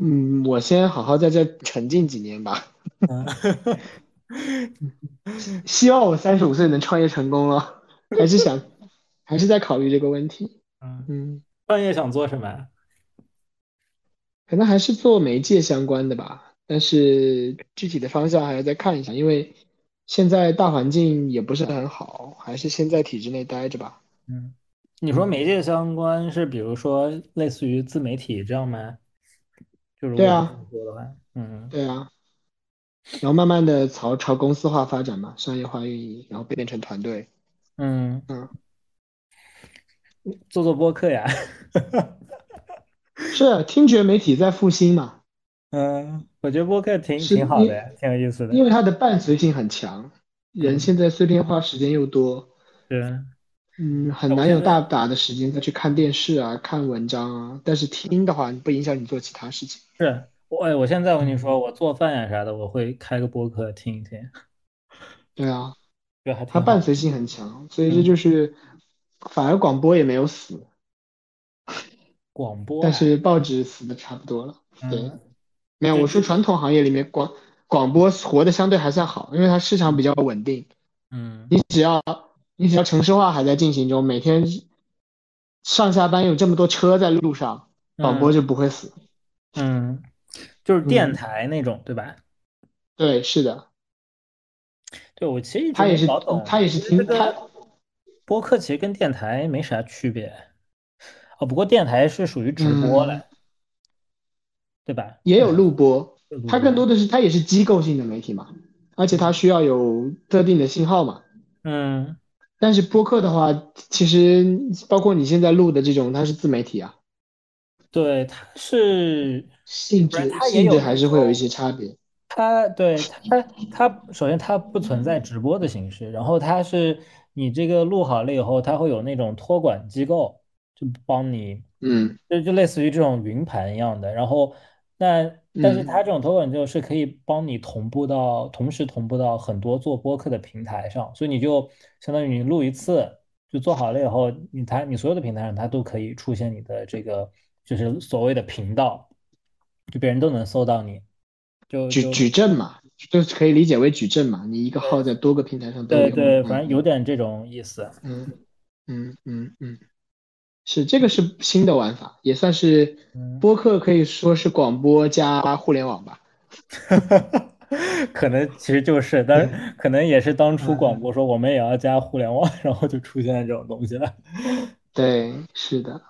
[SPEAKER 1] 嗯，我先好好在这沉浸几年吧，
[SPEAKER 2] 嗯
[SPEAKER 1] 希望我三十五岁能创业成功了，还是想，还是在考虑这个问题。
[SPEAKER 2] 嗯，
[SPEAKER 1] 嗯，
[SPEAKER 2] 创业想做什么？啊
[SPEAKER 1] 可能还是做媒介相关的吧，但是具体的方向还要再看一下，因为现在大环境也不是很好，还是先在体制内待着吧。
[SPEAKER 2] 嗯，你说媒介相关是比如说类似于自媒体这样吗？就如
[SPEAKER 1] 对
[SPEAKER 2] 果
[SPEAKER 1] 啊
[SPEAKER 2] 这么说的话，嗯
[SPEAKER 1] 对啊，然后慢慢的朝朝公司化发展嘛，商业化运营，然后变成团队。
[SPEAKER 2] 嗯。
[SPEAKER 1] 嗯，
[SPEAKER 2] [laughs] 做做播客呀。
[SPEAKER 1] 啊是听觉媒体在复兴嘛？
[SPEAKER 2] 嗯，我觉得播客挺
[SPEAKER 1] 是
[SPEAKER 2] 挺好
[SPEAKER 1] 因
[SPEAKER 2] 的，挺有意思的。
[SPEAKER 1] 因为它的伴随性很强，人
[SPEAKER 2] 嗯
[SPEAKER 1] 现在碎片化时间又多，
[SPEAKER 2] 是，
[SPEAKER 1] 嗯，很
[SPEAKER 2] 我
[SPEAKER 1] 难
[SPEAKER 2] 觉
[SPEAKER 1] 有
[SPEAKER 2] 得
[SPEAKER 1] 大把的时间再去看电视啊、看文章啊。但是听的话，不影响你做其他事情。
[SPEAKER 2] 是我，哎，我现在我跟你
[SPEAKER 3] 嗯
[SPEAKER 2] 说，我做饭呀啥的，我会开个播客听一听，
[SPEAKER 1] 对啊，
[SPEAKER 2] 就还
[SPEAKER 1] 它
[SPEAKER 2] 挺
[SPEAKER 1] 伴
[SPEAKER 2] 好。
[SPEAKER 1] 随性很强，所以这
[SPEAKER 2] 嗯，
[SPEAKER 1] 就是反而广播也没有死，
[SPEAKER 2] 广播
[SPEAKER 1] 但
[SPEAKER 2] 啊，
[SPEAKER 1] 是报纸死的差不多了。对，
[SPEAKER 2] 嗯，
[SPEAKER 1] 没有，
[SPEAKER 2] 对
[SPEAKER 1] 我说
[SPEAKER 2] 对，
[SPEAKER 1] 传统行业里面广广播活的相对还算好，因为它市场比较稳定。
[SPEAKER 2] 嗯，
[SPEAKER 1] 你只要城市化还在进行中，每天上下班有这么多车在路上，广播
[SPEAKER 2] 嗯
[SPEAKER 1] 就不会死。
[SPEAKER 2] 嗯，就是电
[SPEAKER 1] 嗯，
[SPEAKER 2] 台那种，对吧？
[SPEAKER 1] 对，是的，
[SPEAKER 2] 对，我其实一直
[SPEAKER 1] 他也
[SPEAKER 2] 没
[SPEAKER 1] 是，
[SPEAKER 2] 搞懂，
[SPEAKER 1] 他也
[SPEAKER 2] 其
[SPEAKER 1] 是
[SPEAKER 2] 实这
[SPEAKER 1] 听他，
[SPEAKER 2] 个播客其实跟电台没啥区别哦，不过电台是属于直播
[SPEAKER 1] 嗯，
[SPEAKER 2] 了，对吧？
[SPEAKER 1] 也
[SPEAKER 2] 电
[SPEAKER 1] 有
[SPEAKER 2] 台
[SPEAKER 1] 录播，
[SPEAKER 2] 是录
[SPEAKER 1] 他更
[SPEAKER 2] 播，
[SPEAKER 1] 多的是他也是机构性的媒体嘛，而且他需要有特定的信号嘛。
[SPEAKER 2] 嗯，
[SPEAKER 1] 但是播客的话，其实包括你现在录的这种，它是自媒体啊，
[SPEAKER 2] 对，它是，
[SPEAKER 1] 性
[SPEAKER 2] 不
[SPEAKER 1] 质
[SPEAKER 2] 然它也
[SPEAKER 1] 性质
[SPEAKER 2] 有
[SPEAKER 1] 还
[SPEAKER 2] 那
[SPEAKER 1] 是会有一些
[SPEAKER 2] 种。
[SPEAKER 1] 差别。
[SPEAKER 2] 它对它它首先它不存在直播的形式，然后它是你这个录好了以后，它会有那种托管机构就帮你，
[SPEAKER 1] 嗯
[SPEAKER 2] 就就类似于这种云盘一样的。然后那但是
[SPEAKER 1] 嗯
[SPEAKER 2] 它这种托管机构是可以帮你同步到，同时同步到很多做播客的平台上，所以你就相当于你录一次就做好了以后，你它你所有的平台上它都可以出现你的这个就是所谓的频道，就别人都能搜到你，就
[SPEAKER 1] 矩矩
[SPEAKER 2] 就。
[SPEAKER 1] 阵嘛，就是可以理解为矩阵嘛，你一个号
[SPEAKER 2] 对
[SPEAKER 1] 在多个平台上都
[SPEAKER 2] 对
[SPEAKER 1] 有。
[SPEAKER 2] 对，反
[SPEAKER 1] 嗯
[SPEAKER 2] 正有点这种意思。
[SPEAKER 1] 嗯嗯嗯嗯，是这个是新的玩法，也算是
[SPEAKER 2] 嗯，
[SPEAKER 1] 播客可以说是广播加互联网吧。
[SPEAKER 2] 可能其实就是，但
[SPEAKER 1] 嗯
[SPEAKER 2] 可能也是当初
[SPEAKER 1] 嗯，
[SPEAKER 2] 广播说我们也要加互联网，然后就出现了这种东西了。
[SPEAKER 1] 对，是的。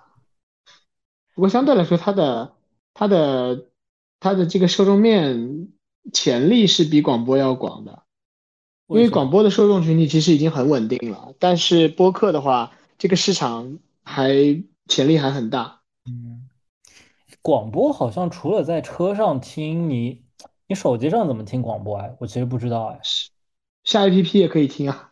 [SPEAKER 1] 不过相对来说，它的它的它的这个受众面潜力是比广播要广的。因
[SPEAKER 2] 为
[SPEAKER 1] 为
[SPEAKER 2] 什么？
[SPEAKER 1] 广播的受众群体其实已经很稳定了，但是播客的话，这个市场还潜力还很大。
[SPEAKER 2] 嗯，广播好像除了在车上听你，你手机上怎么听广播啊？我其实不知道哎，
[SPEAKER 1] 是下 APP 也可以听啊，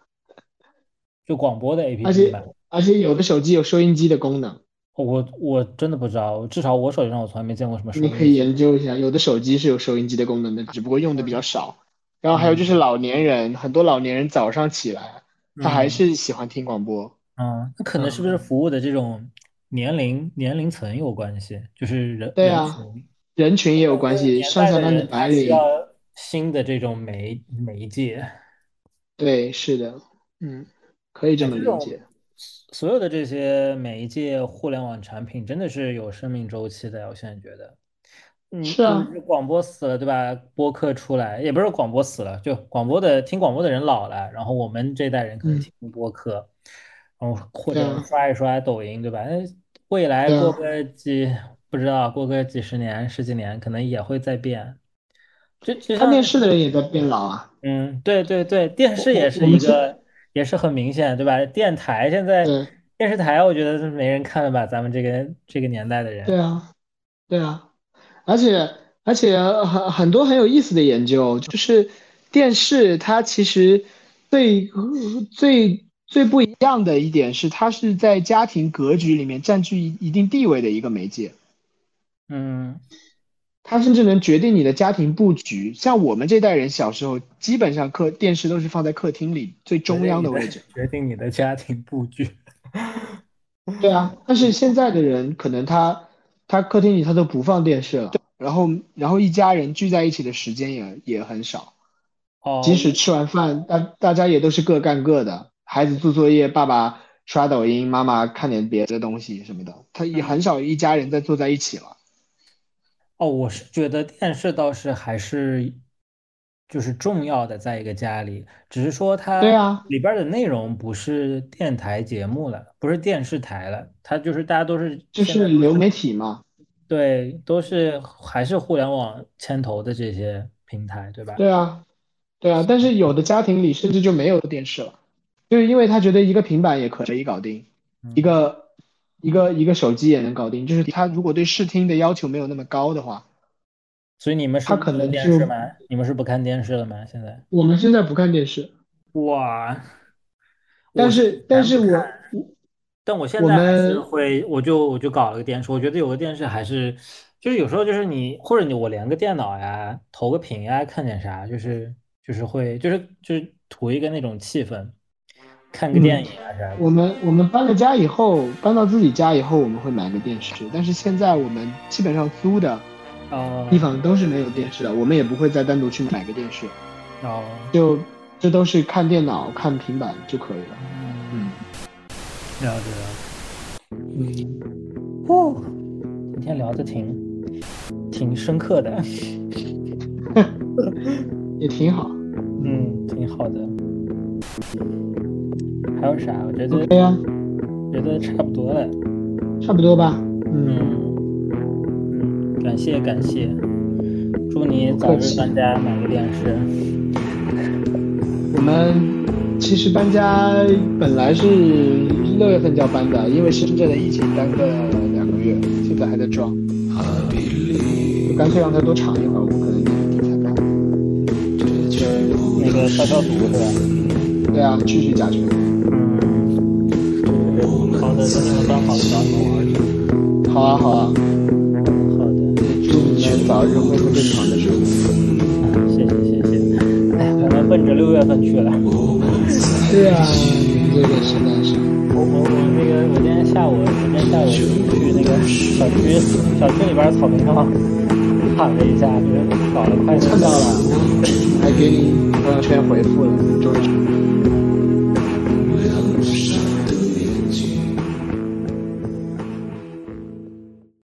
[SPEAKER 2] 就广播的
[SPEAKER 1] 而
[SPEAKER 2] APP
[SPEAKER 1] 且
[SPEAKER 2] 吧，
[SPEAKER 1] 而且有的手机有收音机的功能，
[SPEAKER 2] 我我真的不知道，至少我手机上我从来没见过什么
[SPEAKER 1] 你
[SPEAKER 2] 收
[SPEAKER 1] 可
[SPEAKER 2] 音
[SPEAKER 1] 以
[SPEAKER 2] 机。
[SPEAKER 1] 研究一下，有的手机是有收音机的功能的，只不过用的比较少。然后还有就是
[SPEAKER 2] 嗯
[SPEAKER 1] 老年人，很多老年人早上起来，他还
[SPEAKER 2] 嗯。嗯
[SPEAKER 1] 是喜欢听广播。
[SPEAKER 2] 嗯，那可能是不是
[SPEAKER 1] 嗯，
[SPEAKER 2] 服务的这种年龄年龄层有关系，就是人
[SPEAKER 1] 对
[SPEAKER 2] 人
[SPEAKER 1] 啊，
[SPEAKER 2] 群，
[SPEAKER 1] 人群也有关
[SPEAKER 2] 这个
[SPEAKER 1] 系，
[SPEAKER 2] 年
[SPEAKER 1] 上
[SPEAKER 2] 代
[SPEAKER 1] 下
[SPEAKER 2] 的
[SPEAKER 1] 班的
[SPEAKER 2] 人
[SPEAKER 1] 白
[SPEAKER 2] 他需要
[SPEAKER 1] 领，
[SPEAKER 2] 新的这种媒媒介，
[SPEAKER 1] 对，是的，嗯，可以这
[SPEAKER 2] 哎，
[SPEAKER 1] 么
[SPEAKER 2] 这
[SPEAKER 1] 理
[SPEAKER 2] 种
[SPEAKER 1] 解。
[SPEAKER 2] 所所有的这些媒介互联网产品真的是有生命周期的，我现在觉得，嗯，
[SPEAKER 1] 是
[SPEAKER 2] 你
[SPEAKER 1] 啊。
[SPEAKER 2] 这广播死了，对吧？播客出来也不是广播死了，就广播的听广播的人老了，然后我们这代人可能
[SPEAKER 1] 嗯，
[SPEAKER 2] 听播客，然后或
[SPEAKER 1] 对
[SPEAKER 2] 者
[SPEAKER 1] 啊，
[SPEAKER 2] 刷一刷抖音，对吧？哎未来
[SPEAKER 1] 对
[SPEAKER 2] 过
[SPEAKER 1] 啊，
[SPEAKER 2] 个几，不知道过个几十年、十几年，可能也会再变。就就
[SPEAKER 1] 看
[SPEAKER 2] 像
[SPEAKER 1] 电
[SPEAKER 2] 那
[SPEAKER 1] 视
[SPEAKER 2] 个，
[SPEAKER 1] 的人也在变老啊。
[SPEAKER 2] 嗯，对对对，电
[SPEAKER 1] 我
[SPEAKER 2] 视也
[SPEAKER 1] 我我
[SPEAKER 2] 是一
[SPEAKER 1] 们现
[SPEAKER 2] 个，也是很明显，对吧？电台现在
[SPEAKER 1] 对
[SPEAKER 2] 电视台，我觉得是没人看了吧？咱们这个这个年代的
[SPEAKER 1] 对
[SPEAKER 2] 人，
[SPEAKER 1] 啊，对啊，而且而且很很多很有意思的研究，就是电视它其实最最最不一样的一点是，它是在家庭格局里面占据一一定地位的一个媒介，
[SPEAKER 2] 嗯
[SPEAKER 1] 它甚至能决定你的家庭布局。像我们这代人小时候，基本上客电视都是放在客厅里最
[SPEAKER 2] 决
[SPEAKER 1] 中
[SPEAKER 2] 定
[SPEAKER 1] 央
[SPEAKER 2] 你
[SPEAKER 1] 的
[SPEAKER 2] 的
[SPEAKER 1] 位置。
[SPEAKER 2] 决定你的家庭布局。
[SPEAKER 1] 对啊，但是现在的人可能他他客厅里他都不放电视了，然后然后一家人聚在一起的时间也也很少，即
[SPEAKER 2] 哦，
[SPEAKER 1] 使吃完饭，大大家也都是各干各的，孩子做作业，爸爸刷抖音，妈妈看点别的东西什么的，他也很
[SPEAKER 2] 嗯，
[SPEAKER 1] 少一家人再坐在一起了。
[SPEAKER 2] 哦，我是觉得电视倒是还是就是重要的，在一个家里，只是说
[SPEAKER 1] 对
[SPEAKER 2] 它
[SPEAKER 1] 啊，
[SPEAKER 2] 里边儿的内容不是电台节目了，不是电视台了，它就是大家都是
[SPEAKER 1] 就
[SPEAKER 2] 现在
[SPEAKER 1] 是
[SPEAKER 2] 都
[SPEAKER 1] 流
[SPEAKER 2] 是
[SPEAKER 1] 媒体嘛。
[SPEAKER 2] 对，都是还是互联网牵头的这些平台，对吧？
[SPEAKER 1] 对啊，对啊，但是有的家庭里甚至就没有电视了，就是因为他觉得一个平板也可以搞定，一
[SPEAKER 2] 嗯
[SPEAKER 1] 个一个一个手机也能搞定，就是他如果对视听的要求没有那么高的话，
[SPEAKER 2] 所以你们是
[SPEAKER 1] 他可能
[SPEAKER 2] 有电
[SPEAKER 1] 就
[SPEAKER 2] 视吗？你们是不看电视了吗？现在？
[SPEAKER 1] 我们现在不看电视，
[SPEAKER 2] 哇！
[SPEAKER 1] 但
[SPEAKER 2] 我
[SPEAKER 1] 是但是
[SPEAKER 2] 全部
[SPEAKER 1] 我
[SPEAKER 2] 看但我现
[SPEAKER 1] 我
[SPEAKER 2] 在还是
[SPEAKER 1] 们
[SPEAKER 2] 会，我就我就搞了个电视，我觉得有个电视还是，就是有时候就是你或者你我连个电脑呀，投个屏呀，看点啥，就是就是会就是就是图一个那种气氛，看个
[SPEAKER 1] 嗯，
[SPEAKER 2] 电影啊啥
[SPEAKER 1] 我
[SPEAKER 2] 的。
[SPEAKER 1] 们我们搬了家以后，搬到自己家以后，我们会买个电视，但是现在我们基本上租的地
[SPEAKER 2] 哦
[SPEAKER 1] 方都是没有电视的，我们也不会再单独去买个电视，
[SPEAKER 2] 哦，
[SPEAKER 1] 就这都是看电脑、看平板就可以了。嗯，
[SPEAKER 2] 嗯，了解了解。哦，今天聊的挺挺深刻的，
[SPEAKER 1] 也挺好。嗯
[SPEAKER 2] 嗯，挺好的。还有啥？我觉得
[SPEAKER 1] ，OK 啊，
[SPEAKER 2] 觉得差不多了。
[SPEAKER 1] 差不多吧。嗯，
[SPEAKER 2] 嗯嗯，感谢感谢，祝你
[SPEAKER 1] 不
[SPEAKER 2] 早
[SPEAKER 1] 客
[SPEAKER 2] 日
[SPEAKER 1] 气。
[SPEAKER 2] 搬家买个电视。
[SPEAKER 1] 我们其实搬家本来是六月份就要搬的，因为深圳的疫情耽搁了两个月，现在还在装，就干脆让它多尝一会儿，我可能年底才搬。就
[SPEAKER 2] 那个消消毒是吧？
[SPEAKER 1] 对啊，去去甲醛。
[SPEAKER 2] 嗯，好的，那你们搬好了找你玩儿。
[SPEAKER 1] 好啊好啊，
[SPEAKER 2] 嗯，好的，
[SPEAKER 1] 也祝你们早日恢复正常的生活。
[SPEAKER 2] 啊，谢谢谢谢。哎，我们奔着六月份去了。
[SPEAKER 1] 对啊，有点实在是。
[SPEAKER 2] 我我我那个，我今天下午，今天下午去那个小区小区里边儿草坪上躺了一下，就是搞了
[SPEAKER 1] 我
[SPEAKER 2] 快乐
[SPEAKER 1] 看到
[SPEAKER 2] 到。
[SPEAKER 1] 了，我还给你朋友圈回复了，终于。